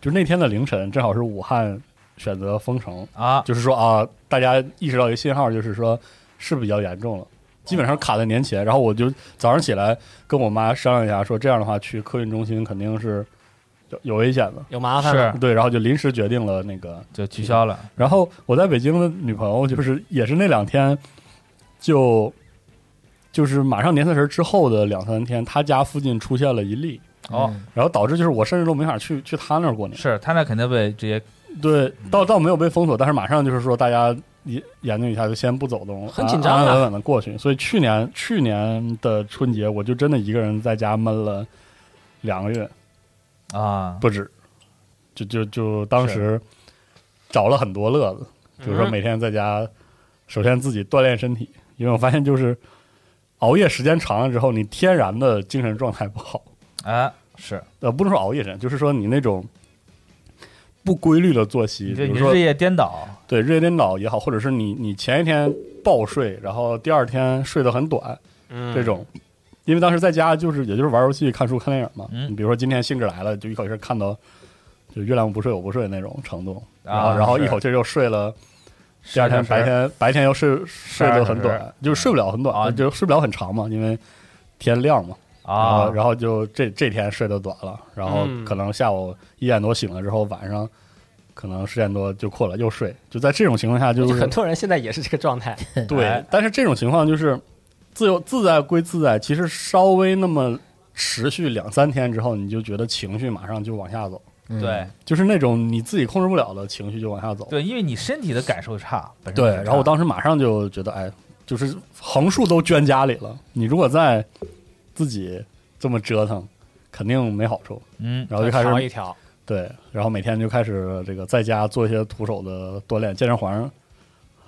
就那天的凌晨正好是武汉选择封城，啊，就是说啊，大家意识到一个信号，就是说是比较严重了，基本上卡在年前。然后我就早上起来跟我妈商量一下，说这样的话去客运中心肯定是有有危险的。有麻烦了是对，然后就临时决定了那个。就取消了，然后我在北京的女朋友就是也是那两天就。就是马上年三十之后的两三天，她家附近出现了一例，哦，然后导致就是我甚至都没法去去她那儿过年。是他那肯定被直接对，倒倒没有被封锁，但是马上就是说大家研研究一下，就先不走动，很紧张啊安安稳稳的过去。所以去年去年的春节，我就真的一个人在家闷了两个月啊，不止，就就就当时找了很多乐子，比如说嗯每天在家，首先自己锻炼身体，因为我发现就是熬夜时间长了之后，你天然的精神状态不好。哎，是呃，不能说熬夜人，就是说你那种不规律的作息，你比这如你说日夜颠倒，对日夜颠倒也好，或者是你你前一天暴睡，然后第二天睡得很短嗯这种，因为当时在家就是也就是玩游戏、看书、看电影嘛。嗯你比如说今天兴致来了，就一口气儿看到就月亮不睡我不睡那种程度，然后、啊然后是一口气儿又睡了，是第二天是白是天白天又睡睡12得小很时短，就是睡不了很短，啊就睡不了很长嘛，因为天亮嘛。然啊后，然后就这这天睡得短了，然后嗯可能下午一点多醒了之后，晚上可能十点多就困了又睡，就在这种情况下就嗯就是很多人现在也是这个状态，对哎，但是这种情况就是自由自在归自在，其实稍微那么持续两三天之后，你就觉得情绪马上就往下走，嗯对就是那种你自己控制不了的情绪就往下走。对，因为你身体的感受差，本身对，就差然后我当时马上就觉得，哎，就是横竖都捐家里了，你如果再自己这么折腾，肯定没好处。嗯然后就开调始一调，对，然后每天就开始这个在家做一些徒手的锻炼，健身环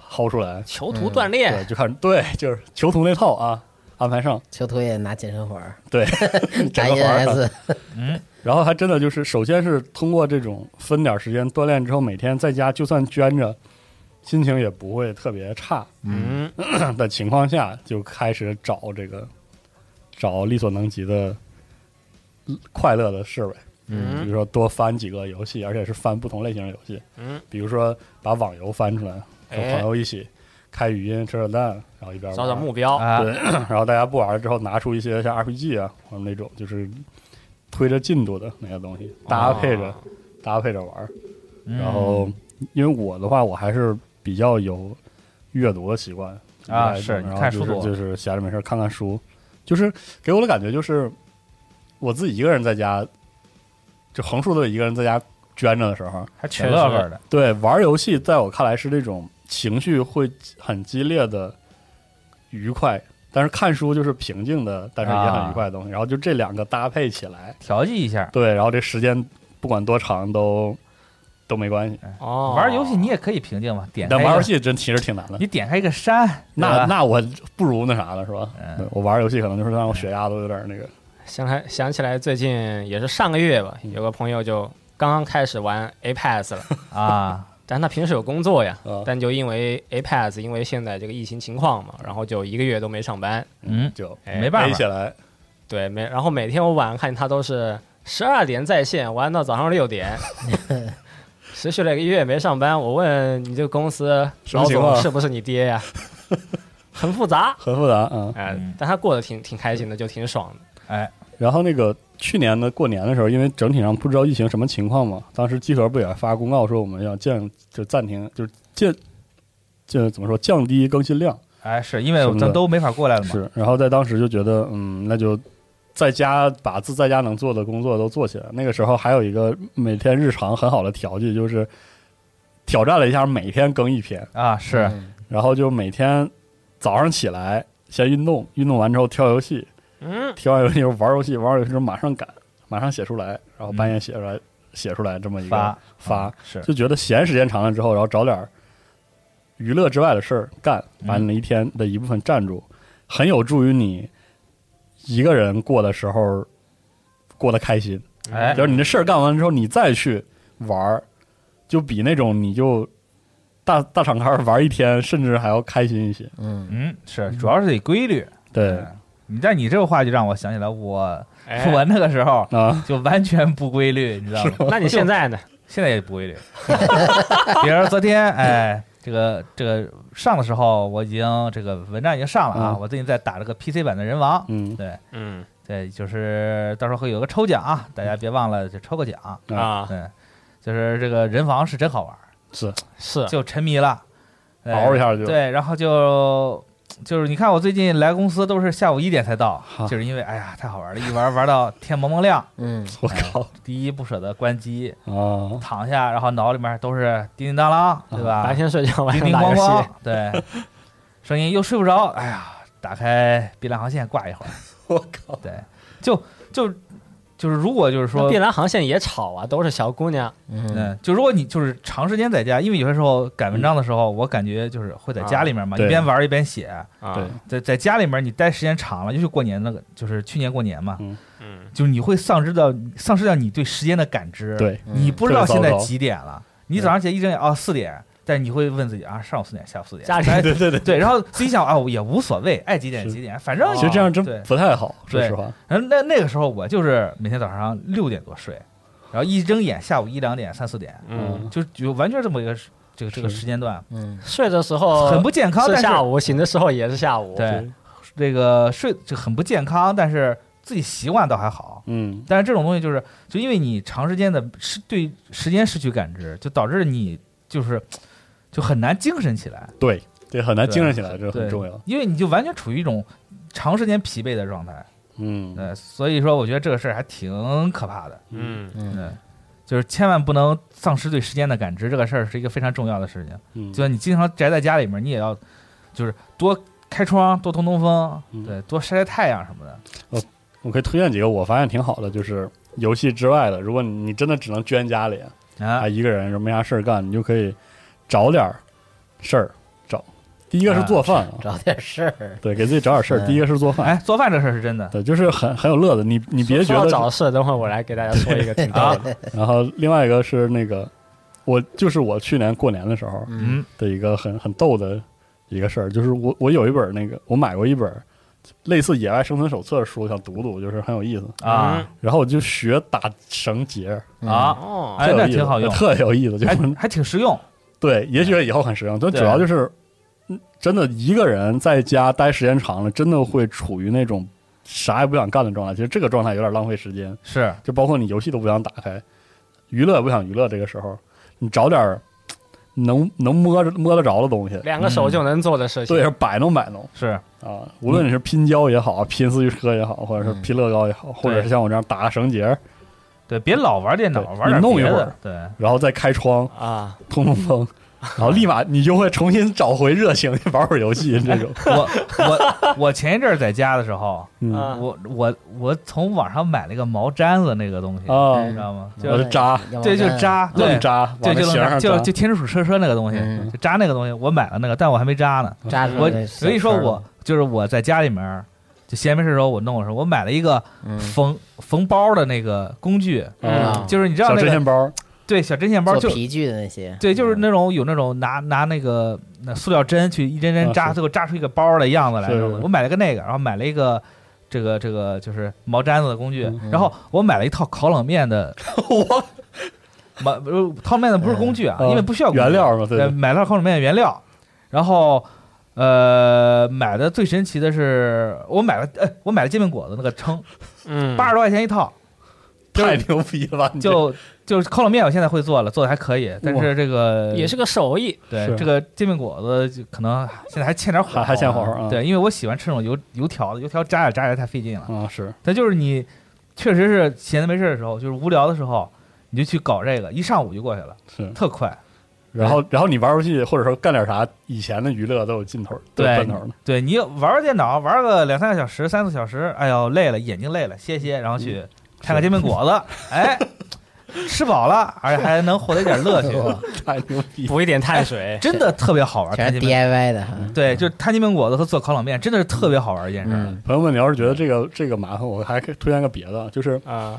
薅出来，囚徒锻炼对，，就开始对，就是囚徒那套啊，安排上。囚徒也拿健身环 儿，对，打整个环儿 ENS，嗯然后还真的就是，首先是通过这种分点儿时间锻炼之后，每天在家就算捐着，心情也不会特别差嗯，的情况下，就开始找这个找力所能及的嗯快乐的事呗。嗯比如说多翻几个游戏，而且是翻不同类型的游戏。嗯，比如说把网游翻出来，跟哎朋友一起开语音扯扯淡，然后一边玩找找目标，啊对， 然后大家不玩了之后，拿出一些像 RPG 啊或者那种就是推着进度的那些东西，搭配哦着、搭配着玩儿。嗯然后因为我的话，我还是比较有阅读的习惯啊就是你然后看就书是多就是闲着没事儿看看书，就是给我的感觉就是我自己一个人在家，就横竖的一个人在家捐着的时候，还挺乐呵的，对，玩游戏在我看来是这种情绪会很激烈的愉快，但是看书就是平静的，但是也啊很愉快的东西。然后就这两个搭配起来，调剂一下。对，然后这时间不管多长都都没关系。哎哦，玩游戏你也可以平静嘛，点开但一个玩游戏真其实挺难的。哎你啊点开一个山，对那吧那我不如那啥了，是吧？嗯对我玩游戏可能就是让我血压都有点那个。想来想起来，最近也是上个月吧，嗯有个朋友就刚刚开始玩 Apex 了，啊，但他平时有工作呀啊，但就因为 Apex，因为现在这个疫情情况嘛，然后就一个月都没上班，嗯，就哎没办背法起来，对，没，然后每天我晚上看见他都是十二点在线玩到早上六点，持续了一个月没上班。我问你这个公司什么老情况总是不是你爹呀？很复杂，很复杂啊。嗯哎、嗯但他过得挺挺开心的，就挺爽的。哎，然后那个去年的过年的时候，因为整体上不知道疫情什么情况嘛，当时集合不也发公告说我们要降，就暂停，就是降，就怎么说降低更新量哎，是因为什么的咱都没法过来了嘛，是。然后在当时就觉得，嗯，那就在家把自在家能做的工作都做起来。那个时候还有一个每天日常很好的调剂，就是挑战了一下每天更一篇，啊，是嗯然后就每天早上起来先运动，运动完之后挑游戏，嗯，踢完游戏之后玩游戏，玩完游戏之后马上赶，马上写出来，然后半夜写出来，写出来这么一个嗯发发啊是就觉得闲时间长了之后，然后找点儿娱乐之外的事儿干，嗯把你的一天的一部分占住，很有助于你一个人过的时候过得开心。哎就是你这事儿干完之后，你再去玩儿，就比那种你就大大敞开玩一天，甚至还要开心一些。嗯，嗯，是，主要是得规律。对嗯你但你这个话就让我想起来，我哎我那个时候啊，就完全不规律，你知道吗？那你现 在呢？现在也不规律。比如说昨天，哎，这个这个上的时候，我已经这个文章已经上了啊，嗯我最近在打这个 PC 版的人王，嗯对嗯对，就是到时候会有个抽奖啊，大家别忘了就抽个奖。啊，对，就是这个人王是真好玩儿，是是就沉迷了，哎嗷一下就对，然后就就是你看我最近来公司都是下午一点才到，哈就是因为哎呀太好玩了，一玩玩到天蒙蒙亮， 嗯，我靠第一不舍得关机，啊！躺下，然后脑里面都是叮叮当当，对吧？白天睡觉，晚上叮叮打咣游咣戏，， 对，声音又睡不着，哎呀，打开碧蓝航线挂一会儿，我靠，对，就就就是如果就是那说碧。蓝航线也吵啊，都是小姑娘嗯，嗯，就如果你就是长时间在家，因为有些时候赶文章的时候，我感觉就是会在家里面嘛，啊对一边玩一边写，啊对，在在家里面你待时间长了，尤其过年那个，就是去年过年嘛，嗯，就是你会丧失到丧失掉你对时间的感知，，对，嗯嗯你不知道特别现在糟糕几点了，你早上起来一睁眼哦四点，但是你会问自己啊上午四点下午四点，家里 哎对对对，对，然后自己想啊我也无所谓，爱几点是几点，反正其实这样真啊对。不太好，说对实话。然后那那个时候我就是每天早上六点多睡，然后一睁眼下午一两点三四点，嗯，就就完全这么一个时这个这个是时间段，嗯，睡的时候很不健康，但呃是是下午，醒的时候也是下午，对，嗯这个睡就很不健康，但是自己习惯倒还好。嗯，但是这种东西就是，就因为你长时间的失对时间失去感知，就导致你就是就很难精神起来，对，这很难对精神起来，这对很重要。因为你就完全处于一种长时间疲惫的状态。嗯，呃，所以说我觉得这个事儿还挺可怕的。嗯，嗯，嗯，就是千万不能丧失对时间的感知，这个事儿是一个非常重要的事情。嗯就算你经常宅在家里面，你也要就是多开窗，多通通风，嗯对，多晒晒太阳什么的。我可以推荐几个我发现挺好的，就是游戏之外的。如果你真的只能捐家里啊啊，，一个人就没啥事儿干，你就可以找点儿事儿找。第一个是做饭啊，嗯找点事儿，对，给自己找点事儿。嗯第一个是做饭，哎，做饭这事儿是真的。对，就是很很有乐子。你你别觉说到得找事，等会儿我来给大家说一个挺逗啊的，然后另外一个是那个，我就是我去年过年的时候嗯嗯的一个很很逗的一个事儿，就是我我有一本那个我买过一本类似《野外生存手册》的书，想读读，就是很有意思。 嗯啊然后我就学打绳结儿，嗯啊，哦，哎，特有那意思挺好用， 特有意思，就还是还挺实用。对，也许以后很实用，但对主要就是，嗯真的一个人在家待时间长了，真的会处于那种啥也不想干的状态。其实这个状态有点浪费时间，是，就包括你游戏都不想打开，娱乐也不想娱乐。这个时候，你找点儿能能摸着摸得着的东西，两个手就能做的事情，对，摆弄摆弄是，啊。无论你是拼胶也好，拼四驱车也好，或者是嗯拼乐高也好，或者是像我这样打个绳结儿，对，别老玩电脑，对玩点你弄一别会的儿。对，然后再开窗啊，通通 风，然后立马你就会重新找回热情，玩会儿游 戏这种。我我我前一阵儿在家的时候，嗯啊我我我从网上买了一个毛毡子那个东西，啊，嗯你知道吗？我就是扎，对，就啊扎，对愣扎，对，往那就弦儿能上就扎就天竺鼠车车那个东西，嗯就扎那个东西，我买了那个，但我还没扎嗯呢。扎我所以说我就是我在家里面儿就闲没事儿的时候我弄的时候，我买了一个嗯缝缝包的那个工具，嗯啊就是你知道小那针个线包，对小针线包做就皮具的那些，嗯对，就是那种有那种拿拿那个那塑料针去一针针啊扎，是最后扎出一个包的样子来。是那种是我买了个那个，然后买了一个这个这个就是毛毡子的工具，嗯然后我买了一套烤冷 面的，我买不是烤冷面的不是工具啊，嗯因为不需要工具原料嘛，对呃对，买了套烤冷面的原料，然后。呃，买的最神奇的是，我买了，呃，我买了煎饼果子那个称，嗯，八十多块钱一套，就太牛逼了吧！你这就就是烤冷面，我现在会做了，做的还可以，但是这个也是个手艺，对，是这个煎饼果子就可能现在还欠点火候还啊，还欠火候啊对，因为我喜欢吃那种油油条的，油条炸呀炸呀太费劲了。啊是，但就是你确实是闲的没事儿的时候，就是无聊的时候，你就去搞这个，一上午就过去了，是特快。然后然后你玩游戏或者说干点啥，以前的娱乐都有尽头，都有对奔头呢。 对你玩玩电脑，玩个两三个小时、三四小时，哎呦累了，眼睛累了，歇歇，然嗯后去看个煎饼果子，哎，吃饱了，而且还能获得一点乐 趣，太牛逼！补一点碳水，真的特别好玩。哎全摊是煎饼 DIY 的哈，对，就是摊煎饼果子和做烤冷面，真的是特别好玩一件事儿。嗯朋友们，你要是觉得这个这个麻烦，我还可以推荐个别的，就是啊，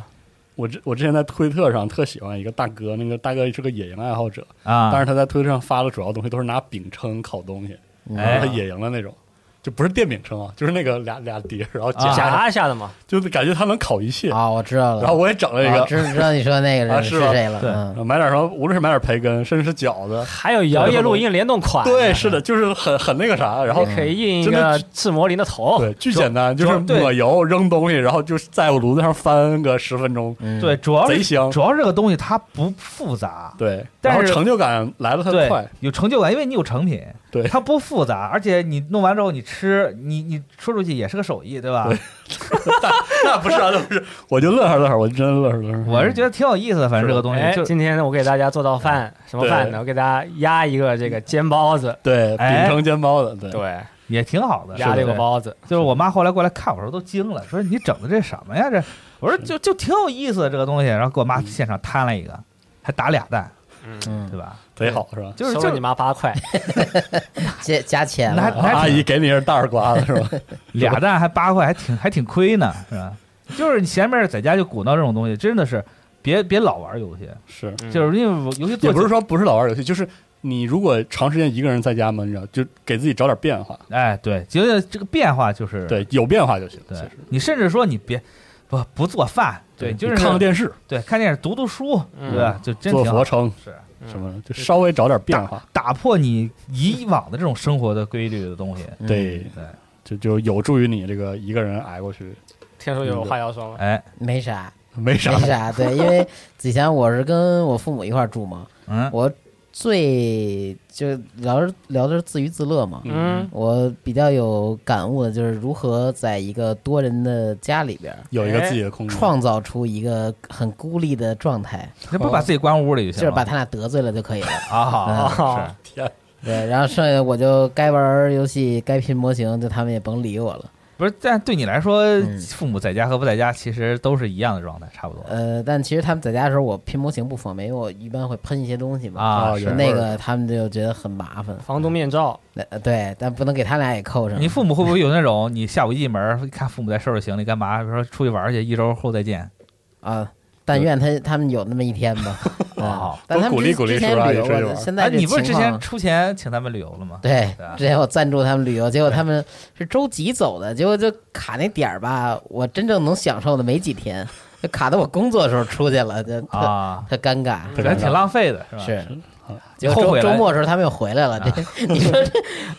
我之我之前在推特上特喜欢一个大哥，那个大哥是个野营爱好者，啊，但是他在推特上发的主要东西都是拿饼铛烤东西，然后他哎，野营的那种，就不是电饼铛啊，就是那个俩俩碟儿，然后啊夹夹一下的嘛，就是感觉他能烤一切。啊，我知道了。然后我也整了一啊个，知知道你说那个啊人是吧谁了？对嗯买点什么，无论是买点培根，甚至是饺子，还有摇曳露营联动款，对，是的，就是很很那个啥，然后可以印一真的个赤魔灵的哦头，对，巨简单，就是对抹油扔东西，然后就在我炉子上翻个十分钟，嗯，对，主要贼是香主，要是这个东西它不复杂，对，但然后是成就感来的特对 快，，有成就感，因为你有成品，对它不复杂，而且你弄完之后你吃，你你说出去也是个手艺，对吧？那不是啊，那不是，我就乐呵乐呵，我就真乐呵乐呵，我是觉得挺有意思的，反正这个东哎西，就今天我给大家做道饭，什么饭呢？对我给大家压一个这个煎包子，对，饼哎铛煎包子，对，对，也挺好的，压对这不个对包子，就是我妈后来过来看我时候都惊了，说你整的这什么呀？这我说就就挺有意思的这个东西，然后给我妈现场摊了一个，还打俩蛋，嗯对，吧？贼好是吧？就是收就了是你妈八块，加加钱那了，啊还阿姨给你是大耳刮子是 吧？俩蛋还八块，还挺还挺亏呢，是吧？就是你前面在家就鼓闹这种东西，真的是别别老玩游戏，是，就是是因为我游戏嗯做也不是久说不是老玩游戏，就是你如果长时间一个人在家闷着，就给自己找点变化，哎，对，觉得这个变化就是对，有变化就行，其对实，你甚至说你别不不做饭，对，你就是看个电视，对看电视、读读书，嗯对吧？就真做挺俯好嗯卧撑是。什么的，就稍微找点变化，打破你以往的这种生活的规律的东西。嗯对，对，就就有助于你这个一个人挨过去，听说有话要说吗？哎，没啥 没啥没啥，对，因为以前我是跟我父母一块儿住嘛，嗯，我最就聊着聊的是自娱自乐嘛，嗯，我比较有感悟的就是如何在一个多人的家里边儿有一个自己的嗯空间。创造出一个很孤立的状态，那不把自己关屋里就就行是了？把他俩得罪了就可以了。啊，嗯是天，对，然后剩下我就该玩儿游戏，该拼模型，就他们也甭理我了。不是？但对你来说嗯，父母在家和不在家其实都是一样的状态，差不嗯多呃，但其实他们在家的时候，我拼模型不方便，因为我一般会喷一些东西嘛。啊。哦是有那个他们就觉得很麻烦。防毒面罩，那呃对，但不能给他俩也扣上。你父母会不会有那种你下午一进门，看父母在收拾行李干嘛？比如说出去玩去，一周后再见。啊，但愿他他们有那么一天 吧。哦啊，但他们多鼓励之鼓励之前是吧旅游也是有啊过，现哎，在这你不是之情前况出钱请他们旅游了吗？对对啊，之前我赞助他们旅游，结果他们是周几走的，结果就卡那点儿吧，我真正能享受的没几天，就卡到我工作的时候出去了，就特、啊，特尴尬。特感觉尴挺尬。浪费的，是吧？是啊，结果后悔周了周末的时候他们又回来了，这你说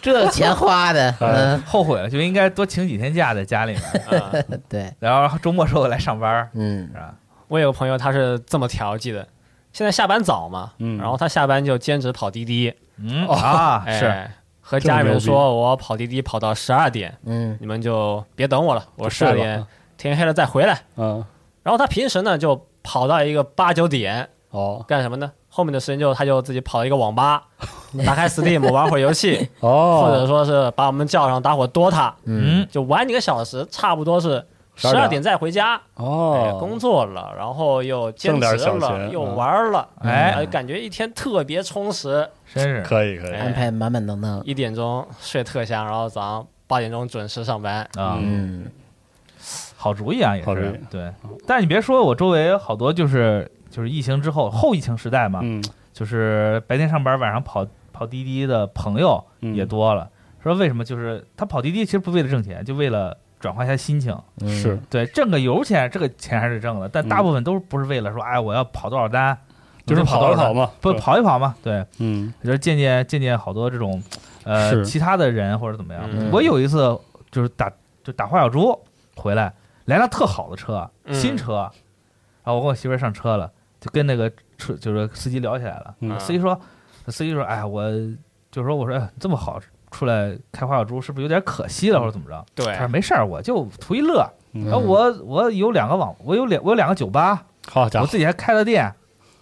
这这钱花 的，嗯，后悔了，就应该多请几天假在家里面，对，然后周末时候来上班，嗯是，吧？我有个朋友他是这么调剂的，现在下班早嘛，嗯然后他下班就兼职跑滴滴，嗯啊，是哎，和家这么牛人逼说我跑滴滴跑到十二点，嗯，你们就别等我了，我十哦睡了二点天黑了再回来。嗯，然后他平时呢就跑到一个八九点哦干什么呢？后面的时间就他就自己跑一个网 吧，打开 Steam 玩会儿游戏，或者哦，说是把我们叫上打会儿 DOTA，嗯，就玩几个小时，差不多是十12二点点再回家。哎，哦，工作了，然后又兼挣点职小了，钱又嗯玩了，哎感觉一天特别充实。真是可以可以，哎安排满满当当，一点钟睡特香，然后早上八点钟准时上班。啊，嗯，好主意啊，也好主是意对。但是你别说，我周围好多就是就是疫情之后后疫情时代嘛，嗯，就是白天上班，晚上跑跑滴滴的朋友嗯也多了。说为什么？就是他跑滴滴其实不为了挣钱，就为了转换一下心情。嗯是，对，挣个油钱，这个钱还是挣的，但大嗯部分都不是为了说，哎，我要跑多少单，我就是跑多跑少一跑单，嘛，不是吧，跑一跑嘛。对，嗯，就是见见见见好多这种呃是其他的人或者怎么样。嗯我有一次就是打就打花小猪回来，来辆特好的车，嗯新车，然后我跟我媳妇儿上车了，就跟那个车就是司机聊起来了。嗯司机说，司机说，哎，我就说我说哎这么好出来开花小猪是不是有点可惜了或者怎么着？对哎他说没事儿，我就图一乐。嗯然后哎我我有两个网，我有两我有两个酒吧，好家我伙，自己还开了店，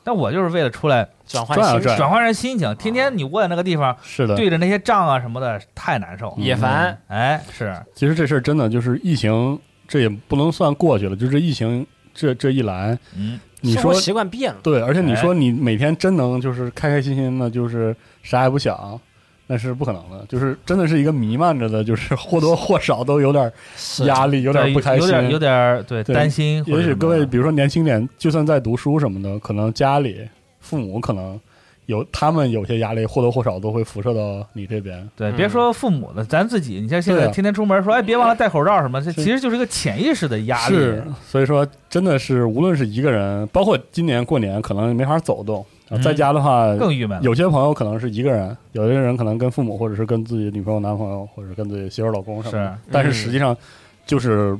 但我就是为了出来。转换转啊心转转换人心情，天天你窝在那个地方，是的，对着那些仗啊什么的，太难受。也嗯烦。哎，是，其实这事儿真的就是疫情，这也不能算过去了，就这疫情这这一来，嗯，你生说活习惯变了，对，而且你说你每天真能就是开开心心的，就是啥也不想，那是不可能的，就是真的是一个弥漫着的，就是或多或少都有点压力，有点不开心，有点有点对对担心或者也什么的。许各位，比如说年轻点，就算在读书什么的，可能家里父母可能有他们有些压力，或多或少都会辐射到你这边。对，嗯别说父母了，咱自己，你像现对在啊天天出门说，哎，别忘了戴口罩什么，这是其实就是一个潜意识的压力。是，所以说真的是，无论是一个人，包括今年过年可能没法走动，然后在家的话，嗯更郁闷了。有些朋友可能是一个人，有些人可能跟父母，或者是跟自己女朋友、男朋友，或者是跟自己媳妇儿、老公什么的是。但是实际上，就是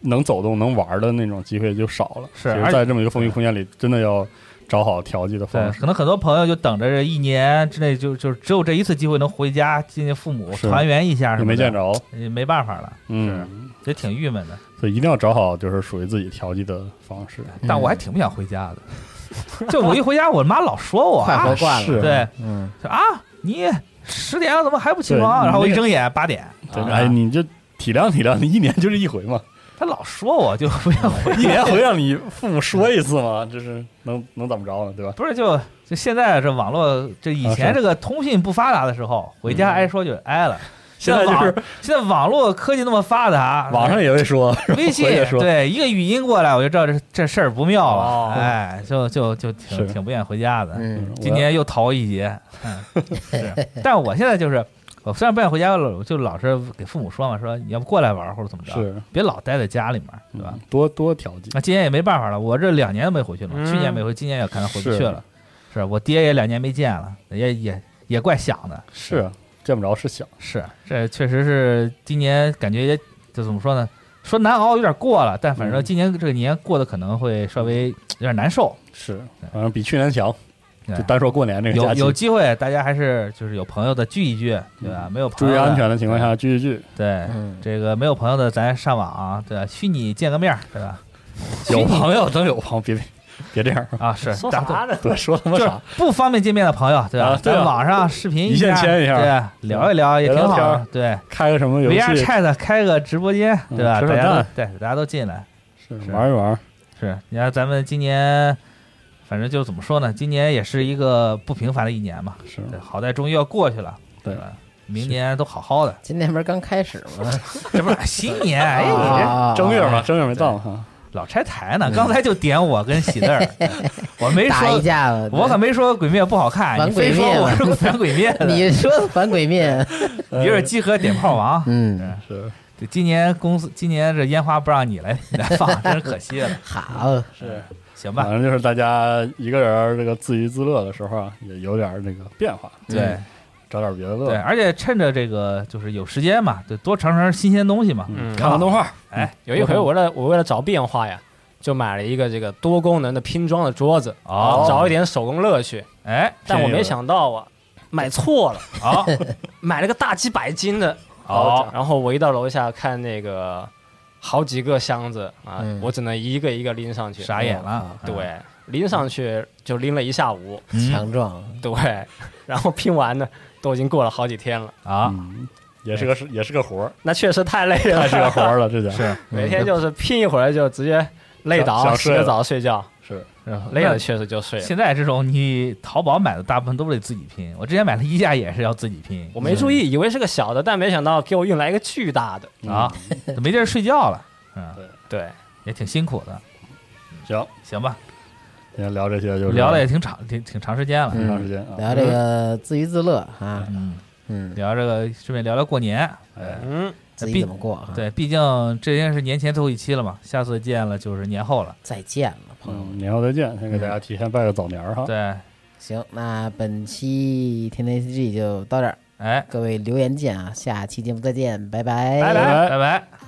能走动、能玩的那种机会就少了。是其而实在这么一个封闭空间里，真的要找好调剂的对方，式可。能很多朋友就等着这一年之内就就只有这一次机会能回家见见父母，是团圆一下什也么的，没见着，也没办法了，嗯，也挺郁闷的。所以一定要找好就是属于自己调剂的方式。但嗯我还挺不想回家的， 就我一回家，我妈老说我快活啊，惯是了，对，嗯，说啊，你十点了怎么还不起对床？啊你然后我那一个睁眼八点，对，啊哎，你就体谅体谅，你一年就是一回 嘛，她老说我就不想回 一年回让你父母说一次嘛，这是能能怎么着呢？对吧？不是就就现在这网络，这以啊是嗯前这个通信不发达的时候，回家挨说就挨了。现在就是网现在网络科技那么发达，网上也会说，微信回也说对一个语音过来，我就知道这这事儿不妙了。哦哎，就就就挺是挺不愿意回家的。嗯，今年又逃一劫， 嗯，是。但我现在就是，我虽然不愿意回家，我就老是给父母说嘛，说你要不过来玩儿或者怎么着，是别老待在家里面，对吧嗯？多多调剂。那今年也没办法了，我这两年都没回去了，嗯去年没回，今年也看他回不是去了。是我爹也两年没见了，也也也怪想的。是啊见不着是想，是，这确实是今年感觉也就怎么说呢？说难熬有点过了，但反正嗯今年这个年过得可能会稍微有点难受。是反正比去年强。对就单说过年这个 有假有期，机会，大家还是就是有朋友的聚一聚，对吧？没有朋嗯注友意的安全的情况，下聚一聚。对嗯这个没有朋友的，咱上网、啊对吧？虚拟见个面儿，对吧？有朋友能有朋 友，别别别这样，啊，是说大家都啥呢？对，说他妈就是啥？不方便见面的朋友，对吧？啊对啊在网上视频一下，线牵一下对，聊一聊也挺好的。对开个什么游，VR 戏？ Chat 开个直播间，嗯对吧？吃大饭家都饭对，大家都进来。是是玩一玩。是，你看咱们今年，反正就怎么说呢？今年也是一个不平凡的一年嘛。是对，好在终于要过去了，对吧？明年都好好的，今年不是刚开始吗？这不是新年？哎，你这啊正月嘛，正月没到哈。老拆台呢，刚才就点我跟喜字儿， 我没嗯打一说，架了，我可没说鬼灭不好看，反你非鬼说灭我了是反鬼灭的，你你说的反鬼面，有点集合点炮王。 嗯，哎是对，今年公司今年这烟花不让你来来放，真是可惜了。好，是，行反啊吧，正就是大家一个人儿这个自娱自乐的时候啊，也有点儿那个变化，对嗯找点儿别的乐嗯对，子。而且趁着这个就是有时间嘛，就多尝尝新鲜东西嘛。嗯看看动画，哎，有一回我为了我为了找变化呀，就买了一个这个多功能的拼装的桌子，哦找一点手工乐趣。哎，但我便宜没了想到啊，买错了，好，买了个大几百斤的。好，然后我一到楼下看那个好几个箱子啊嗯，我只能一个一个拎上去。傻眼了，啊对，拎上去就拎了一下午。嗯，强壮，对，然后拼完呢，都已经过了好几天了。啊，嗯，也是个是也是个 活儿，那确实太累太了，是个活儿了，这家是 每天就是拼一会儿就直接累想倒，想洗睡了个澡睡觉，是累了。确实就睡那了。哎现在这种你淘宝买的大部分都得自己拼，我之前买的衣架也是要自己拼，我没注意，以为是个小的，但没想到给我运来一个巨大的。啊，都没地儿睡觉了，嗯，对，也挺辛苦的。行，行吧，今天聊这些就是聊的也挺长，挺挺长时间了，挺长时间啊。嗯聊这个自娱自乐啊，嗯，嗯，啊聊这个顺便聊聊过年，哎，嗯，自己怎么过啊？，对，毕竟这应该是年前最后一期了嘛，下次见了就是年后了。再见了，朋友们。嗯，年后再见，先给大家提前拜个早年儿哈。对，行，那本期天天 CG 就到这儿，哎，各位留言见啊，下期节目再见，拜拜拜拜拜。